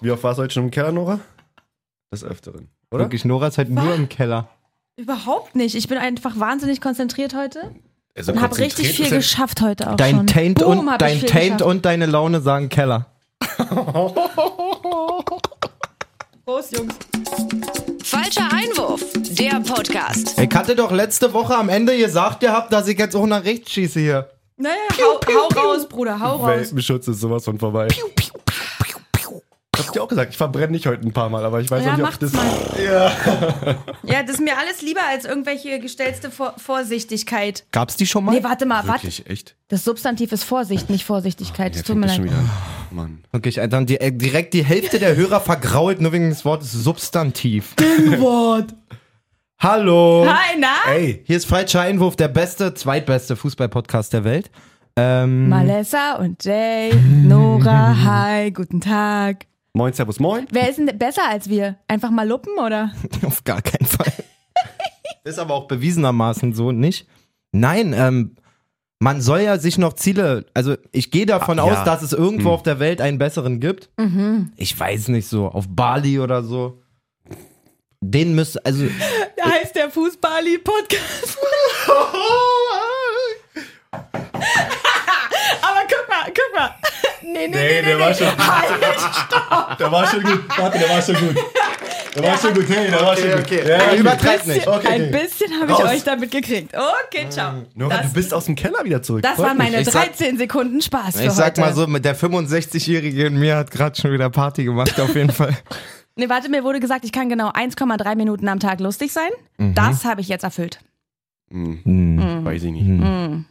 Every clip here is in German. Wie oft warst du heute schon im Keller, Nora? Des Öfteren, oder? Wirklich, Nora ist halt nur im Keller. Überhaupt nicht. Ich bin einfach wahnsinnig konzentriert heute Also und habe richtig viel konzentriert geschafft heute auch Dein schon. Taint, Boom, und, hab ich dein viel Taint geschafft. und deine Laune sagen Keller. Prost, Jungs. Falscher Einwurf, der Podcast. Ich hatte doch letzte Woche am Ende gesagt, ihr habt, dass ich jetzt auch nach rechts schießt hier. Naja, hau, hau raus, Bruder, hau raus. Welpenschutz ist sowas von vorbei. Ich hab dir auch gesagt, ich verbrenne dich heute ein paar Mal, aber ich weiß Ja, noch nicht, ob ich macht's das. mal. Ja. das ist mir alles lieber als irgendwelche gestellte Vor Vorsichtigkeit. Gab's die schon mal? Nee, warte mal, warte. Wirklich, echt? Das Substantiv ist Vorsicht, nicht Vorsichtigkeit. Es Jetzt tut mir schon leid. wieder an. Mann. Wirklich, Alter, die, äh, direkt die Hälfte der Hörer vergrault nur wegen des Wortes Substantiv. Dingwort. Hallo. Hi, na? Ey, Hier ist falscher Einwurf, der beste, zweitbeste Fußball-Podcast der Welt. Ähm, Malessa und Jay, Nora, hi, guten Tag. moin, servus, moin. Wer ist denn besser als wir? Einfach mal luppen, oder? auf gar keinen Fall. ist aber auch bewiesenermaßen so nicht. Nein, ähm, man soll ja sich noch Ziele, also ich gehe davon Ah, aus, ja. dass es irgendwo auf der Welt einen besseren gibt. Mhm. Ich weiß nicht so, auf Bali oder so. Den müsste, also Da heißt der Fußballi-Podcast. Oh, Aber guck mal, guck mal. Nee, nee, nee, nee. nee. Halt. schon. Der war schon gut. Warte, der war schon gut. Der war schon gut. Hey, der war schon gut. Ja, übertreibt nicht. Okay, Ein okay. bisschen habe ich Raus. euch damit gekriegt. Okay, ciao. Nora, du Das, bist aus dem Keller wieder zurück. das Freut waren meine Ich sag- 13 Sekunden Spaß für Ich sag heute. mal so, mit der 65-Jährige in mir hat gerade schon wieder Party gemacht, auf jeden Fall. Nee, warte, mir wurde gesagt, ich kann genau 1,3 Minuten am Tag lustig sein. Das habe ich jetzt erfüllt. Mm. mich. Hm, Mhm. Weiß ich nicht.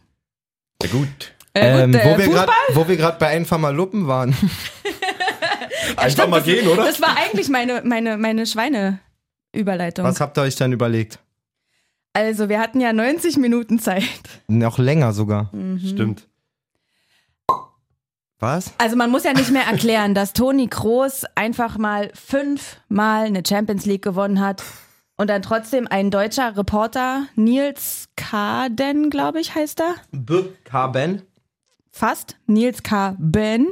Ja, gut. Äh, Ähm, gut, wo äh, wir grad- Fußball? wo wir gerade bei einfach mal Luppen waren. Einfach mal gehen, oder? Das war eigentlich meine, meine, meine Schweine-Überleitung. Was habt ihr euch dann überlegt? Also, wir hatten ja 90 Minuten Zeit. Noch länger sogar. Hm. Stimmt. Was? Also, man muss ja nicht mehr erklären, dass Toni Kroos einfach mal fünfmal eine Champions League gewonnen hat und dann trotzdem ein deutscher Reporter, Nils Kaden, glaube ich, heißt er. Carbon? Fast. Nils K. Ben.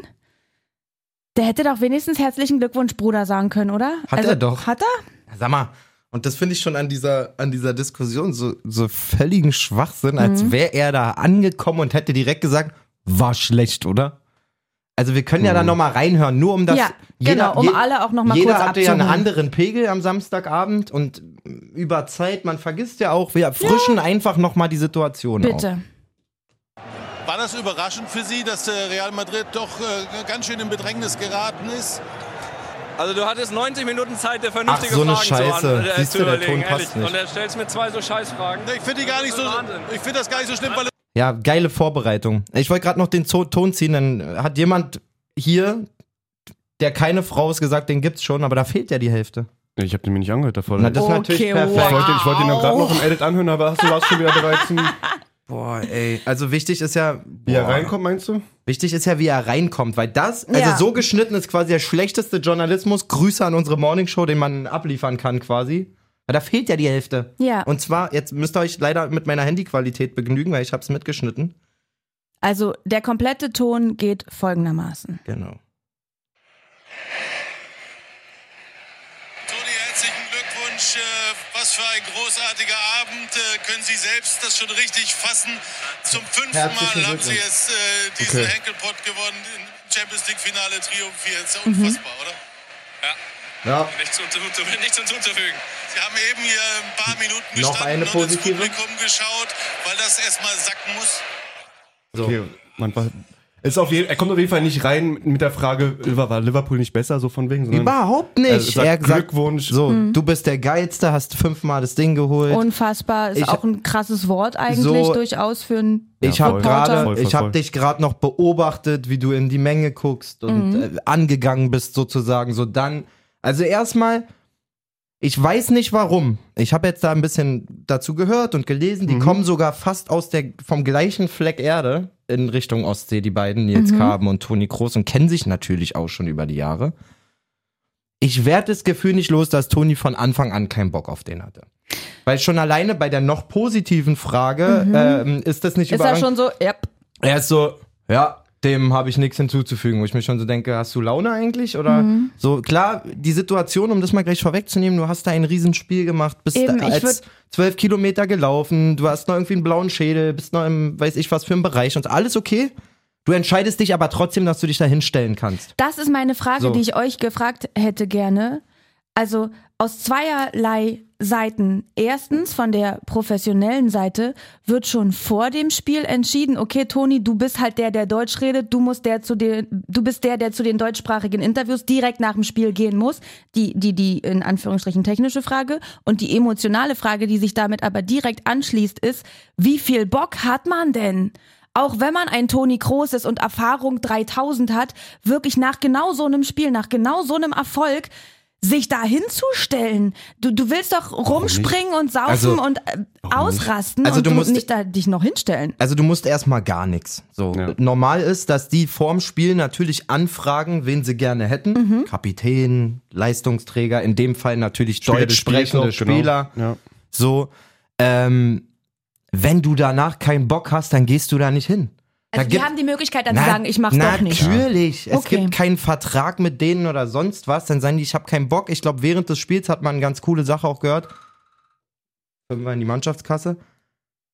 Der hätte doch wenigstens herzlichen Glückwunsch, Bruder, sagen können, oder? Also, Hat er doch. Hat er? Sag mal, und das finde ich schon an dieser, an dieser Diskussion so, so völligen Schwachsinn, Mhm. als wäre er da angekommen und hätte direkt gesagt, war schlecht, oder? Also wir können ja da nochmal reinhören, nur um das... Mhm. Ja, genau, um alle auch noch mal Jeder kurz hatte ja einen abzuholen. anderen Pegel am Samstagabend und über Zeit, man vergisst ja auch, wir frischen einfach nochmal die Situation auf. Bitte. War das überraschend für Sie, dass äh, Real Madrid doch äh, ganz schön in Bedrängnis geraten ist? Also du hattest 90 Minuten Zeit, dir vernünftige Ach, so eine Fragen zu, Scheiße. an, äh, Siehst zu du, der Ton überlegen. passt ehrlich. nicht. Und er stellst mir zwei so Scheißfragen. Ich finde die gar nicht so. Wahnsinn. Ich finde das gar nicht so schlimm, weil Ja, geile Vorbereitung. Ich wollte gerade noch den Zo- Ton ziehen, dann hat jemand hier, der keine Frau ist, gesagt, den gibt's schon, aber da fehlt ja die Hälfte. Ich habe den mir nicht angehört davor. Na, das ist Okay, natürlich ich perfekt. wollte, ich wollte ihn gerade noch im Edit anhören, aber hast du warst schon wieder bereit zum. Boah, ey. Also wichtig ist ja, Wie er reinkommt, meinst du? Wichtig ist ja, wie er reinkommt, weil das, also Ja. so geschnitten ist quasi der schlechteste Journalismus. Grüße an unsere Morningshow, den man abliefern kann quasi. Weil da fehlt ja die Hälfte. Ja. Und zwar, jetzt müsst ihr euch leider mit meiner Handyqualität begnügen, weil ich hab's mitgeschnitten. Also, der komplette Ton geht folgendermaßen. Genau. Toni, herzlichen Glückwunsch. Äh, Was für ein großartiger Abend. Äh, Können Sie selbst das schon richtig fassen? Zum fünften Herzlichen Mal haben Sie Glückwunsch. jetzt äh, diesen Okay. Henkelpot gewonnen, im Champions League-Finale triumphiert. Ist ja Mhm. unfassbar, oder? Ja. Nichts, unzu- unzu- nichts hinzuzufügen. Sie haben eben hier ein paar Minuten Noch gestanden eine und ins positive? Publikum geschaut, weil das erstmal sacken muss. So. Okay, man war, ist auf jeden, er kommt auf jeden Fall nicht rein mit der Frage, war Liverpool nicht besser, so von wegen. sondern- Überhaupt Er nicht. sagt Also, er sagt, Glückwunsch. so, du bist der Geilste, hast fünfmal das Ding geholt. Unfassbar ist Ich- auch ein krasses Wort eigentlich, So- durchaus für einen. Ich Ja, habe voll. gerade, Voll, voll, ich habe voll. dich gerade noch beobachtet, wie du in die Menge guckst und Mhm. äh, angegangen bist sozusagen. So dann, also erstmal, ich weiß nicht warum. Ich habe jetzt da ein bisschen dazu gehört und gelesen. Die Mhm. kommen sogar fast aus der vom gleichen Fleck Erde in Richtung Ostsee. Die beiden Nils Mhm. Kaben und Toni Kroos und kennen sich natürlich auch schon über die Jahre. Ich werde das Gefühl nicht los, dass Toni von Anfang an keinen Bock auf den hatte. Weil schon alleine bei der noch positiven Frage ähm, ist das nicht Mhm. Ist er überraschend. schon so, yep. Er ist so, ja, dem habe ich nichts hinzuzufügen, wo ich mir schon so denke, hast du Laune eigentlich? Oder Mhm. so, klar, die Situation, um das mal gleich vorwegzunehmen, du hast da ein Riesenspiel gemacht, bist Eben, da ich als würd- zwölf Kilometer gelaufen, du hast noch irgendwie einen blauen Schädel, bist noch im, weiß ich was für einen Bereich und alles okay. Du entscheidest dich aber trotzdem, dass du dich da hinstellen kannst. Das ist meine Frage, So. die ich euch gefragt hätte gerne. Also aus zweierlei Seiten. Erstens von der professionellen Seite wird schon vor dem Spiel entschieden, okay, Toni, du bist halt der, der Deutsch redet, du musst der zu den, du bist der, der zu den deutschsprachigen Interviews direkt nach dem Spiel gehen muss. Die, die, die in Anführungsstrichen technische Frage und die emotionale Frage, die sich damit aber direkt anschließt, ist, wie viel Bock hat man denn? auch wenn man ein Toni Kroos ist und Erfahrung 3000 hat, wirklich nach genau so einem Spiel, nach genau so einem Erfolg, sich da hinzustellen. Du, du willst doch rumspringen und saufen Also, und äh, ausrasten Also und du musst- nicht da dich noch hinstellen. Also du musst erstmal gar nichts. So Ja. normal ist, dass die vorm Spiel natürlich anfragen, wen sie gerne Mhm. hätten. Kapitän, Leistungsträger, in dem Fall natürlich deutsch sprechende Spieler. genau. Ja. So, ähm, wenn du danach keinen Bock hast, dann gehst du da nicht hin. Da Also die gibt- haben die Möglichkeit dann Na- zu sagen, ich mach's doch nicht. Natürlich. Es Okay. gibt keinen Vertrag mit denen oder sonst was. Dann sagen die, ich habe keinen Bock. Ich glaube, während des Spiels hat man eine ganz coole Sache auch gehört. Können wir in die Mannschaftskasse?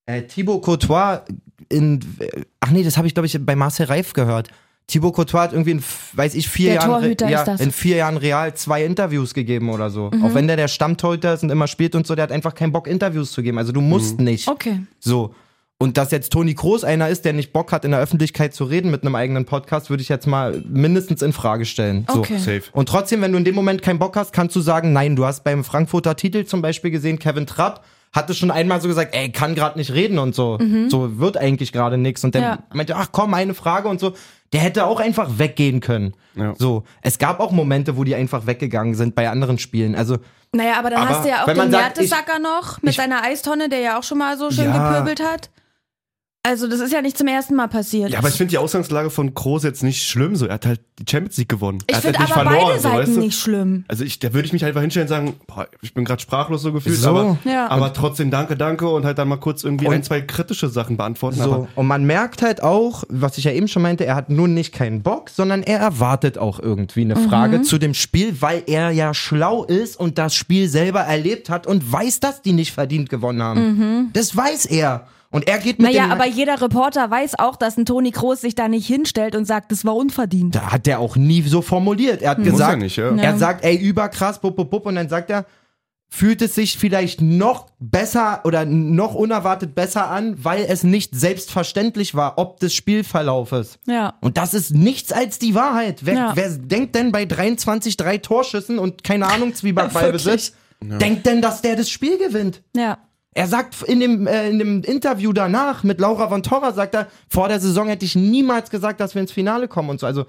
Äh, Thibaut Courtois in. äh, Ach nee, das habe ich, glaube ich, bei Marcel Reif gehört. Thibaut Courtois hat irgendwie in, f- weiß ich, vier Der Jahren, Re- Torhüter ja, ist das. Mhm. in vier Jahren real zwei Interviews gegeben oder so. Auch wenn der der Stammtorhüter ist und immer spielt und so, der hat einfach keinen Bock, Interviews zu geben. Also du musst nicht. Okay. So. Und dass jetzt Toni Kroos einer ist, der nicht Bock hat, in der Öffentlichkeit zu reden mit einem eigenen Podcast, würde ich jetzt mal mindestens in Frage stellen. So. Okay. Safe. Und trotzdem, wenn du in dem Moment keinen Bock hast, kannst du sagen, nein, du hast beim Frankfurter Titel zum Beispiel gesehen, Kevin Trapp hatte schon einmal so gesagt, ey, kann gerade nicht reden und so. So wird eigentlich gerade nichts. Und dann Mhm. Ja. meinte, ach komm, eine Frage und so. Der hätte auch einfach weggehen können. So. Es gab auch Momente, wo die einfach weggegangen sind bei anderen Spielen. Also, Naja, aber dann Aber hast du ja auch wenn man den sagt, ich- Mertesacker noch mit ich- seiner Eistonne, der ja auch schon mal so schön Ja. gepöbelt hat. Also das ist ja nicht zum ersten Mal passiert. Ja, aber ich finde die Ausgangslage von Kroos jetzt nicht schlimm. So, er hat halt die Champions League gewonnen. ich er hat finde halt aber nicht verloren, beide so, Seiten weißt du? nicht schlimm. Also ich, da würde ich mich einfach hinstellen und sagen, boah, ich bin gerade sprachlos so gefühlt, So. aber, Ja. aber trotzdem danke, danke und halt dann mal kurz irgendwie Und- ein, zwei kritische Sachen beantworten. So, Aber und man merkt halt auch, was ich ja eben schon meinte, er hat nun nicht keinen Bock, sondern er erwartet auch irgendwie eine Frage Mhm. zu dem Spiel, weil er ja schlau ist und das Spiel selber erlebt hat und weiß, dass die nicht verdient gewonnen Mhm. haben. Das weiß er. Und er geht mit Naja, dem aber jeder Reporter weiß auch, dass ein Toni Kroos sich da nicht hinstellt und sagt, das war unverdient. da hat er auch nie so formuliert. Er hat gesagt, er nicht, ja. er sagt, ey, überkrass, bup, bup, bup, und dann sagt er, fühlt es sich vielleicht noch besser oder noch unerwartet besser an, weil es nicht selbstverständlich war, ob des Spielverlaufes. Ja. Und das ist nichts als die Wahrheit. Wer, Ja. wer denkt denn bei 23, drei Torschüssen und keine Ahnung, Zwiebackballbesitz, denkt denn, dass der das Spiel gewinnt? Ja. Er sagt in dem, äh, in dem Interview danach mit Laura von Torra, sagt er, vor der Saison hätte ich niemals gesagt, dass wir ins Finale kommen und so. Also,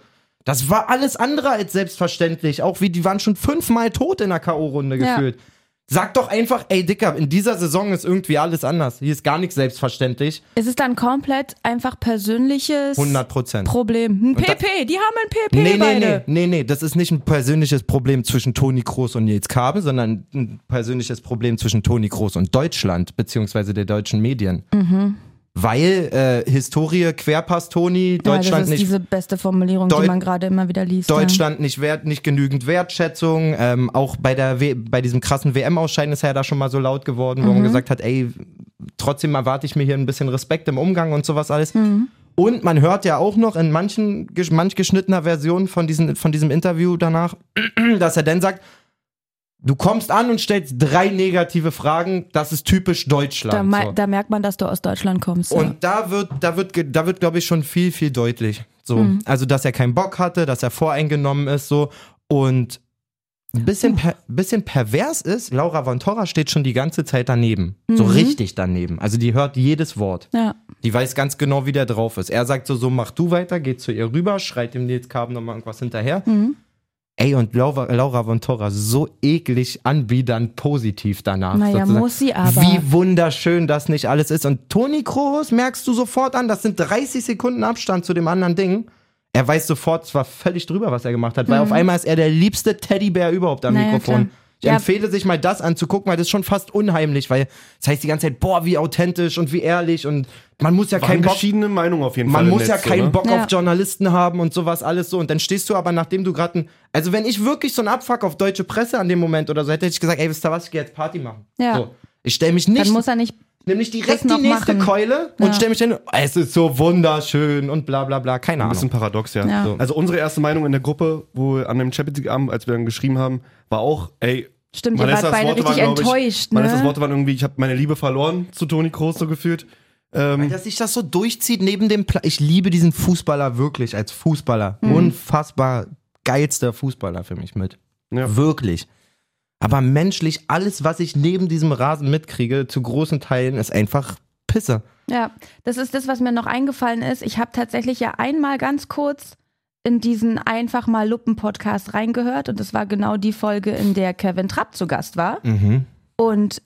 das war alles andere als selbstverständlich. Auch wie, die waren schon fünfmal tot in der K.O.-Runde Ja. gefühlt. Sag doch einfach, ey Dicker, in dieser Saison ist irgendwie alles anders. Hier ist gar nichts selbstverständlich. Es ist dann komplett einfach persönliches 100 Prozent. Problem. Ein da- PP, die haben ein PP Nee, nee, beide. nee, nee, nee, das ist nicht ein persönliches Problem zwischen Toni Kroos und Nils Kabe, sondern ein persönliches Problem zwischen Toni Kroos und Deutschland, beziehungsweise der deutschen Medien. Mhm. Weil äh, Historie, Querpass Toni, ja, Deutschland das ist nicht diese beste Formulierung, Deu- die man gerade immer wieder liest. Deutschland nicht wert, nicht genügend Wertschätzung. Ähm, auch bei der w bei diesem krassen WM-Ausscheiden ist er ja da schon mal so laut geworden, wo man gesagt hat, ey, trotzdem erwarte ich mir hier ein bisschen Respekt im Umgang und sowas alles. Und man hört ja auch noch in manchen gesch- manch geschnittener Version von diesen von diesem Interview danach, dass er dann sagt, du kommst an und stellst drei negative Fragen, das ist typisch Ja. Da, Deutschland. me- so. da merkt man, dass du aus Deutschland kommst. ja. Und da wird, da wird, ge- da wird, glaube ich, schon viel, viel deutlich. So, also dass er keinen Bock hatte, dass er voreingenommen ist, so und ein bisschen, per, bisschen pervers ist. Laura von Torra steht schon die ganze Zeit daneben, so richtig daneben. Also die hört jedes Wort. ja. Die weiß ganz genau, wie der drauf ist. Er sagt so, so mach du weiter, geht zu ihr rüber, schreit dem Nils Kaben nochmal irgendwas hinterher. Mhm. Ey, und Laura, Laura von Torra so eklig anbiedernd positiv danach. Naja, sozusagen. muss sie aber. Wie wunderschön das nicht alles ist. Und Toni Kroos merkst du sofort an, das sind 30 Sekunden Abstand zu dem anderen Ding. Er weiß sofort zwar völlig drüber, was er gemacht hat, weil auf einmal ist er der liebste Teddybär überhaupt am Naja, Mikrofon. Mhm. klar. Ich Ich empfehle sich mal das anzugucken, weil das ist schon fast unheimlich, weil das heißt die ganze Zeit, boah, wie authentisch und wie ehrlich und man muss ja Waren keinen Bock verschiedene Meinungen auf jeden Fall. man im muss ja Netz, ne? keinen oder? Bock Ja. auf Journalisten haben und sowas alles so. Und dann stehst du aber, nachdem du gerade ein. Also, wenn ich wirklich so einen Abfuck auf deutsche Presse an dem Moment oder so hätte, hätte ich gesagt, ey, wisst ihr was, ich geh jetzt Party machen. Ja. So. Ich stelle mich nicht, Dann muss er nicht. nehme nicht das direkt die noch nächste machen. Keule Ja. und stelle mich dann, es ist so wunderschön und bla bla bla, keine Ein bisschen Ahnung. paradox, ja. Ja. So. Also unsere erste Meinung in der Gruppe, wo an dem Champions League Abend, als wir dann geschrieben haben, war auch, ey, Stimmt, ihr Vanessas wart beide Worte richtig waren, glaub enttäuscht, Ich, Vanessas ne? Worte waren irgendwie, ich habe meine Liebe verloren zu Toni Kroos so gefühlt. Ähm, Dass sich das so durchzieht neben dem Pla Ich liebe diesen Fußballer wirklich als Fußballer. Unfassbar geilster Fußballer für mich mit. Ja. Wirklich. Aber menschlich, alles, was ich neben diesem Rasen mitkriege, zu großen Teilen, ist einfach Pisse. Ja, das ist das, was mir noch eingefallen ist. Ich habe tatsächlich ja einmal ganz kurz in diesen einfach mal Luppen-Podcast reingehört und das war genau die Folge, in der Kevin Trapp zu Gast war. Mhm. und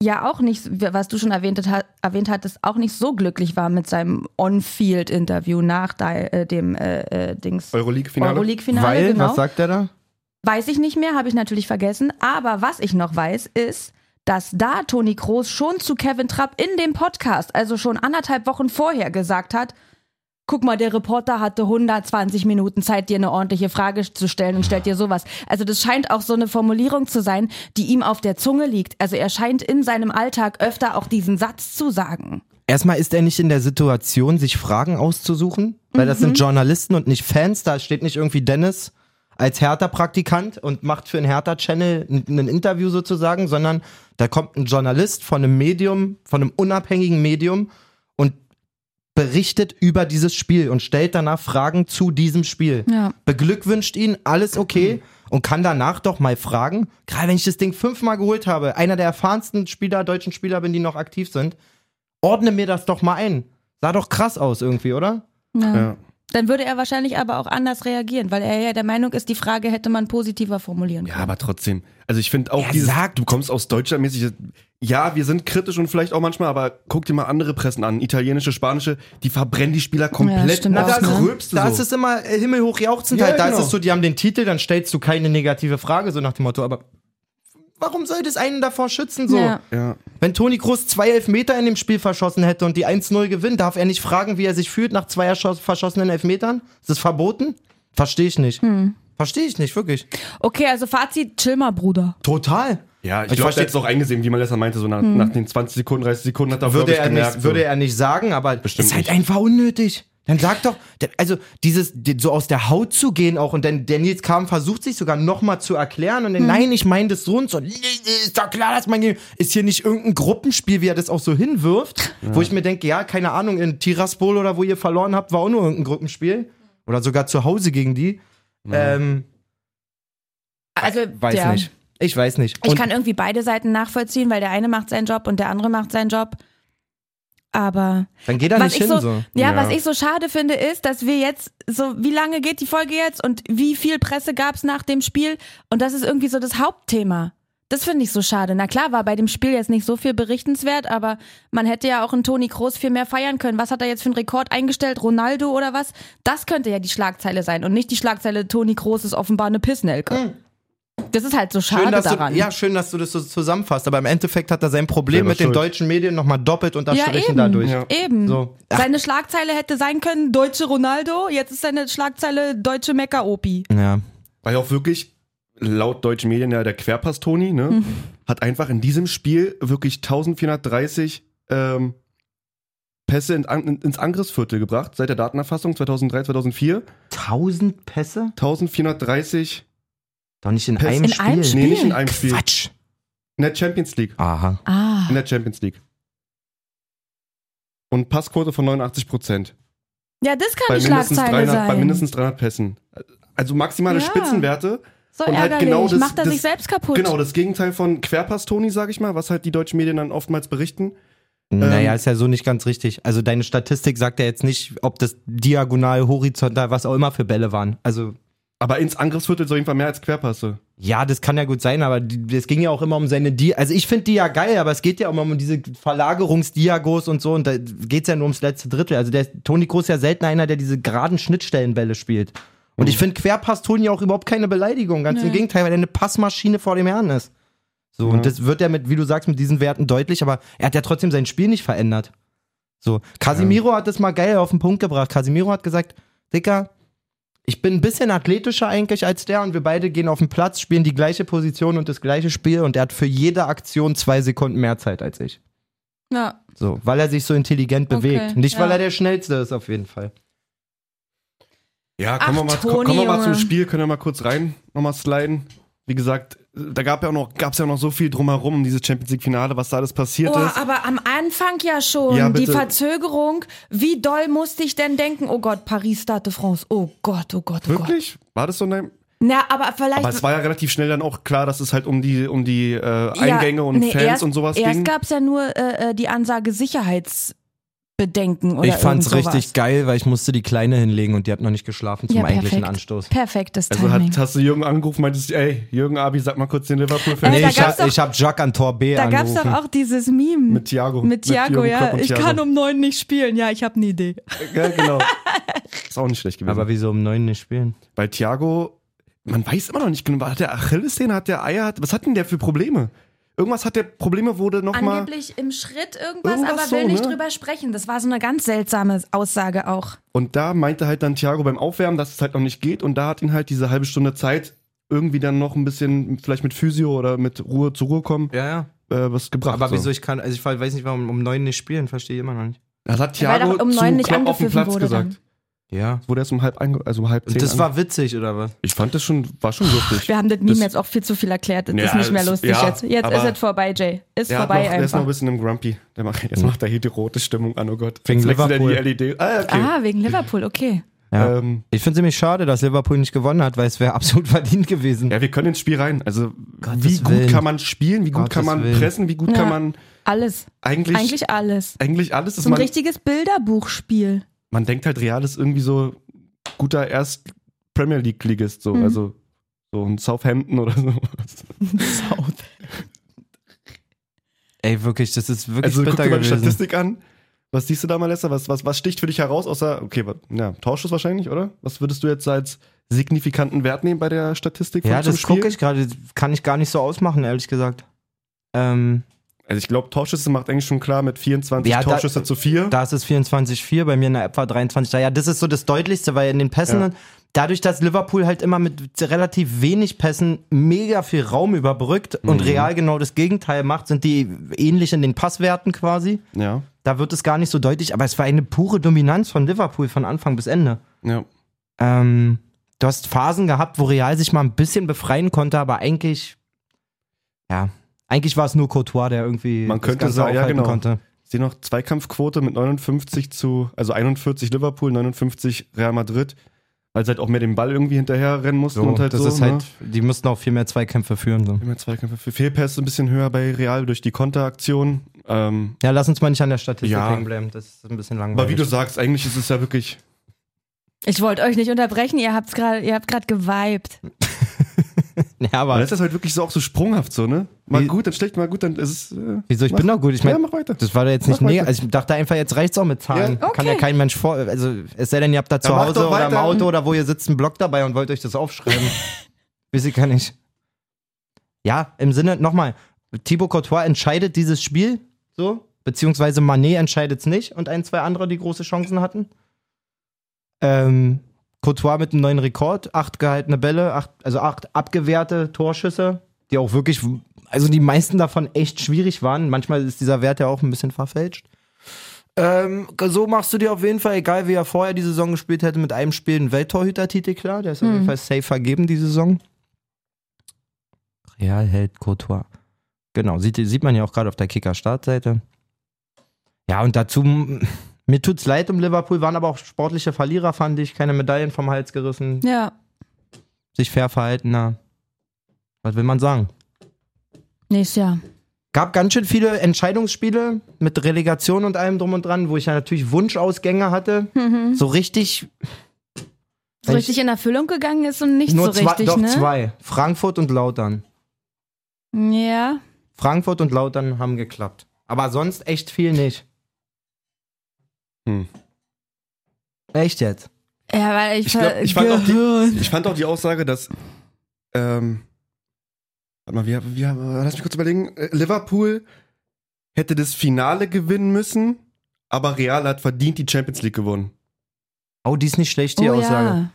ja auch nicht, was du schon erwähnt, hat, erwähnt hattest, auch nicht so glücklich war mit seinem On-Field-Interview nach de, äh, dem äh, äh, Dings Euroleague-Finale. Euroleague-Finale. Genau. sagt er da? Weiß ich nicht mehr, habe ich natürlich vergessen. Aber was ich noch weiß, ist, dass da Toni Kroos schon zu Kevin Trapp in dem Podcast, also schon anderthalb Wochen vorher, gesagt hat, guck mal, der Reporter hatte 120 Minuten Zeit, dir eine ordentliche Frage zu stellen und stellt dir sowas. Also das scheint auch so eine Formulierung zu sein, die ihm auf der Zunge liegt. Also er scheint in seinem Alltag öfter auch diesen Satz zu sagen. Erstmal ist er nicht in der Situation, sich Fragen auszusuchen, weil das sind Journalisten und nicht Fans. Da steht nicht irgendwie Dennis als Hertha-Praktikant und macht für einen Hertha-Channel ein, ein Interview sozusagen, sondern da kommt ein Journalist von einem Medium, von einem unabhängigen Medium und berichtet über dieses Spiel und stellt danach Fragen zu diesem Spiel. Ja. Beglückwünscht ihn, alles okay und kann danach doch mal fragen, gerade wenn ich das Ding fünfmal geholt habe, einer der erfahrensten Spieler, deutschen Spieler bin, die noch aktiv sind, ordne mir das doch mal ein. Sah doch krass aus irgendwie, oder? Ja. Dann würde er wahrscheinlich aber auch anders reagieren, weil er ja der Meinung ist, die Frage hätte man positiver formulieren Ja, können. aber trotzdem. Also ich finde auch Er dieses, sagt- du kommst aus Deutschland mäßig. Ja, wir sind kritisch und vielleicht auch manchmal, aber guck dir mal andere Pressen an, italienische, spanische, die verbrennen die Spieler komplett. stimmt auch, das ne? gröbste Also, Da so. ist es immer äh, himmelhoch jauchzend. Ja, halt. Da genau. ist es so, die haben den Titel, dann stellst du keine negative Frage, so nach dem Motto, aber warum soll das einen davor schützen? So? Ja. ja. Wenn Toni Kroos zwei Elfmeter in dem Spiel verschossen hätte und die 1-0 gewinnt, darf er nicht fragen, wie er sich fühlt nach zwei erschoss- verschossenen Elfmetern? Ist das verboten? Verstehe ich nicht. Verstehe ich nicht, wirklich. Okay, also Fazit, chill mal, Bruder. Total. Also, Ja, ich, Ich glaube, versteh- der hat es auch eingesehen, wie man das meinte, so nach, Hm. nach den 20 Sekunden, 30 Sekunden hat er würde wirklich er, gemerkt, nicht, würde so. er nicht sagen, aber Bestimmt ist halt nicht. einfach unnötig. Dann sag doch, der- also dieses die- so aus der Haut zu gehen auch und dann der Nils kam versucht sich sogar nochmal zu erklären und dann, Hm. nein, ich meine das so und so. Ist doch klar, dass man hier- ist hier nicht irgendein Gruppenspiel, wie er das auch so hinwirft, wo ich mir denke, ja, keine Ahnung, in Tiraspol oder wo ihr verloren habt, war auch nur irgendein Gruppenspiel oder sogar zu Hause gegen die. Ähm, Also, weiß ja. nicht. Ich weiß nicht. Ich Und- kann irgendwie beide Seiten nachvollziehen, weil der eine macht seinen Job und der andere macht seinen Job. Aber dann geht er was nicht ich hin so, so. Ja, Ja. was ich so schade finde, ist, dass wir jetzt so, wie lange geht die Folge jetzt und wie viel Presse gab's nach dem Spiel? Und das ist irgendwie so das Hauptthema. Das finde ich so schade. Na klar, war bei dem Spiel jetzt nicht so viel berichtenswert, aber man hätte ja auch einen Toni Kroos viel mehr feiern können. Was hat er jetzt für einen Rekord eingestellt? Ronaldo oder was? Das könnte ja die Schlagzeile sein und nicht die Schlagzeile Toni Kroos ist offenbar eine Pissnelke. Das ist halt so schade Hm. Schön, dass daran. du, ja, schön, dass du das so zusammenfasst, aber im Endeffekt hat er sein Problem Selber mit den schuld. deutschen Medien nochmal doppelt unterstrichen eben. dadurch. Ja. Eben. So. Seine Schlagzeile hätte sein können, deutsche Ronaldo, jetzt ist seine Schlagzeile deutsche Mecker-Opi. Ja. Weil auch wirklich laut deutschen Medien ja der Querpass Toni, ne, Mhm. hat einfach in diesem Spiel wirklich 1430 ähm, Pässe in, an, ins Angriffsviertel gebracht, seit der Datenerfassung 2003, 2004. 1000 Pässe? 1430, Doch nicht in Pässe. einem In Spiel. einem Spiel? nee, nicht in einem Spiel, Quatsch. in der Champions League. Aha. Ah. In der Champions League. Und Passquote von 89 Prozent. Ja, das kann Bei die mindestens, Schlagzeile 300, bei sein. mindestens 300 Pässen. Also maximale Ja. Spitzenwerte. So und halt ärgerlich. genau das- Macht er das- sich selbst kaputt. Genau, das Gegenteil von Querpass-Toni, sag ich mal, was halt die deutschen Medien dann oftmals berichten. Naja, ist ja so nicht ganz richtig. Also deine Statistik sagt ja jetzt nicht, ob das diagonal, horizontal, was auch immer für Bälle waren. Also Aber ins Angriffsviertel so jedenfalls mehr als Querpasse. ja, das kann ja gut sein, aber die- es ging ja auch immer um seine Di Also ich finde die ja geil, aber es geht ja immer um diese Verlagerungsdiagos und so und da geht's ja nur ums letzte Drittel. Also der Toni Kroos ist ja selten einer, der diese geraden Schnittstellenbälle spielt. Und ich finde Querpass Toni auch überhaupt keine Beleidigung. Ganz im Gegenteil, weil er eine Passmaschine vor dem Herrn ist. So, und das wird ja mit, wie du sagst, mit diesen Werten deutlich, aber er hat ja trotzdem sein Spiel nicht verändert. So, Casimiro hat das mal geil auf den Punkt gebracht. Casimiro hat gesagt, Dicker, ich bin ein bisschen athletischer eigentlich als der und wir beide gehen auf den Platz, spielen die gleiche Position und das gleiche Spiel und er hat für jede Aktion zwei Sekunden mehr Zeit als ich. Ja. So, weil er sich so intelligent Okay, bewegt. Nicht, weil ja. er der Schnellste ist, auf jeden Fall. Ja, kommen wir Ach, mal, Toni, kommen wir mal zum Junge. Spiel, können wir mal kurz rein, nochmal sliden. Wie gesagt, da gab ja auch noch, gab's ja noch so viel drumherum um dieses Champions League Finale, was da alles passiert Oh, ist. aber am Anfang ja schon. Ja, die bitte. Verzögerung. Wie doll musste ich denn denken? Oh Gott, Paris, Stade de France. Oh Gott, oh Gott, oh Gott. Wirklich? War das so ein? Na, aber vielleicht. Aber es war ja relativ schnell dann auch klar, dass es halt um die um die äh, Eingänge und nee, Fans erst, und sowas Erst ging. gab es ja nur äh, äh, die Ansage Sicherheitsbedenken oder ich fand's irgend sowas. richtig geil, weil ich musste die Kleine hinlegen und die hat noch nicht geschlafen zum ja, perfekt. eigentlichen Anstoß. Perfektes Also Timing. hat, hast du Jürgen angerufen, meintest, ey, Jürgen Abi, sag mal kurz den Liverpool-Fan. Ey, Nee, da ich gab's hab, doch- ich hab Jack an Tor B da gab es angerufen. doch auch dieses Meme. mit Thiago. Mit Thiago, Jürgen Klopp ja. und Ich Thiago. kann um neun nicht spielen. Ja, ich habe eine Idee. Ja, genau. Ist auch nicht schlecht gewesen. Aber wieso um neun nicht spielen? Bei Thiago, man weiß immer noch nicht genau, hat der Achillessehne, hat der Eier, hat, was hat denn der für Probleme? Irgendwas hat der Probleme, wurde nochmal. Angeblich im Schritt irgendwas, Irgendwas aber will so, nicht ne? drüber sprechen. Das war so eine ganz seltsame Aussage auch. Und da meinte halt dann Thiago beim Aufwärmen, dass es halt noch nicht geht und da hat ihn halt diese halbe Stunde Zeit irgendwie dann noch ein bisschen vielleicht mit Physio oder mit Ruhe zur Ruhe kommen, Ja, ja. äh, was gebracht. Aber so. wieso ich kann, also ich weiß nicht, warum um neun nicht spielen, verstehe ich immer noch nicht. Das hat Weil Thiago doch um zu neun nicht Klopp auf dem angepfiffen Platz wurde gesagt. Ja. Wurde erst um halb, ange also um halb zehn. Und das ange- war witzig, oder was? ich fand das schon, war schon lustig. Wir haben das Meme Das- jetzt auch viel zu viel erklärt. Das Ja, ist nicht mehr das- lustig ja, jetzt. Jetzt aber- ist es vorbei, Jay. Ist Der, hat vorbei noch, der ist noch ein einfach. bisschen im Grumpy. Der macht, jetzt macht er hier die rote Stimmung an, oh Gott. Mhm. Wegen jetzt wechselt er Liverpool. die LED. Ah, okay. Ah, wegen Liverpool, okay. Ja. Ähm, Ich finde es nämlich schade, dass Liverpool nicht gewonnen hat, weil es wäre absolut verdient gewesen. ja, wir können ins Spiel rein. Also, Gottes wie gut Willen. kann man spielen, wie gut Gottes kann man Willen. pressen, wie gut Ja. kann man Alles. eigentlich, eigentlich, Eigentlich alles. alles. Ist So ein man, richtiges Bilderbuchspiel. man denkt halt, Real ist irgendwie so guter erst Premier League-Ligist, so. Mhm. Also, so ein Southampton oder so. Ey, wirklich, das ist wirklich Also, guck bitter dir mal die gewesen. Statistik an. Was siehst du da mal, Lester? Was, was, was sticht für dich heraus, außer, okay, wa- ja, Torschuss wahrscheinlich, oder? Was würdest du jetzt als signifikanten Wert nehmen bei der Statistik Ja, zum das gucke ich gerade, kann ich gar nicht so ausmachen, ehrlich gesagt. Ähm, Also ich glaube, Torschüsse macht eigentlich schon klar mit 24 Ja, da- Torschüsse zu 4. da ist es 24-4, bei mir in der App war 23-3. Ja, das ist so das Deutlichste, weil in den Pässen, Ja. dadurch, dass Liverpool halt immer mit relativ wenig Pässen mega viel Raum überbrückt Mhm. und Real genau das Gegenteil macht, sind die ähnlich in den Passwerten quasi. ja. Da wird es gar nicht so deutlich, aber es war eine pure Dominanz von Liverpool von Anfang bis Ende. ja. Ähm, du hast Phasen gehabt, wo Real sich mal ein bisschen befreien konnte, aber eigentlich, ja, eigentlich war es nur Courtois, der irgendwie Man könnte das Ganze sagen, ja, aufhalten genau. konnte. Ich sehe noch Zweikampfquote mit 59 zu, also 41 Liverpool, 59 Real Madrid, weil sie halt auch mehr den Ball irgendwie hinterher rennen mussten und halt das so. ist halt, die müssten auch viel mehr Zweikämpfe führen. So. ne? Immer Zweikämpfe. Für Fehlpässe ein bisschen höher bei Real durch die Konteraktion. Ähm, Ja, lass uns mal nicht an der Statistik Ja. hängen bleiben, das ist ein bisschen langweilig. aber wie du sagst, eigentlich ist es ja wirklich. Ich wollte euch nicht unterbrechen, ihr habt's gerade, ihr habt gerade geweibt. ja, Aber aber das ist halt wirklich so auch so sprunghaft so, ne? Mal Wie- gut, dann schlecht, mal gut, dann ist es. Äh, wieso, ich bin mach- doch gut. Ich ja, meine, mach weiter. das war da jetzt nicht Mach weiter. mega. Also ich dachte einfach, jetzt reicht's auch mit Zahlen. Ja. Kann ja Okay. kein Mensch vor. Also es sei denn, ihr habt da zu mach Hause doch oder im weiter. Auto oder wo ihr sitzt einen Blog dabei und wollt euch das aufschreiben. Weiß ich gar nicht. Ja, im Sinne, nochmal, Thibaut Courtois entscheidet dieses Spiel so, beziehungsweise Manet entscheidet es nicht und ein, zwei andere, die große Chancen hatten. Ähm, Courtois mit einem neuen Rekord, acht gehaltene Bälle, acht, also acht abgewehrte Torschüsse, die auch wirklich, also die meisten davon echt schwierig waren. Manchmal ist dieser Wert ja auch ein bisschen verfälscht. Ähm, so machst du dir auf jeden Fall, egal wie er vorher die Saison gespielt hätte, mit einem Spiel einen Welttorhüter-Titel klar. Der ist auf jeden Fall safe vergeben die Saison. Real hält Courtois. Genau, sieht, sieht man ja auch gerade auf der Kicker-Startseite. Ja, und dazu, m- mir tut's leid um Liverpool, waren aber auch sportliche Verlierer, fand ich. Keine Medaillen vom Hals gerissen, Ja. sich fair verhalten, na. Was will man sagen? Nächstes Jahr. Gab ganz schön viele Entscheidungsspiele mit Relegation und allem drum und dran, wo ich ja natürlich Wunschausgänge hatte. Mhm. So richtig. So richtig in Erfüllung gegangen ist und nicht nur so zwei, richtig, doch ne? zwei. Frankfurt und Lautern. Ja. Frankfurt und Lautern haben geklappt. Aber sonst echt viel nicht. Hm. Echt jetzt? Ja, weil ich, Ich glaub, ich fand auch die- Gehirn. Ich fand auch die Aussage, dass ähm, Warte mal, wir, wir, lass mich kurz überlegen. Äh, Liverpool hätte das Finale gewinnen müssen, aber Real hat verdient die Champions League gewonnen. Oh, die ist nicht schlecht, die Aussage.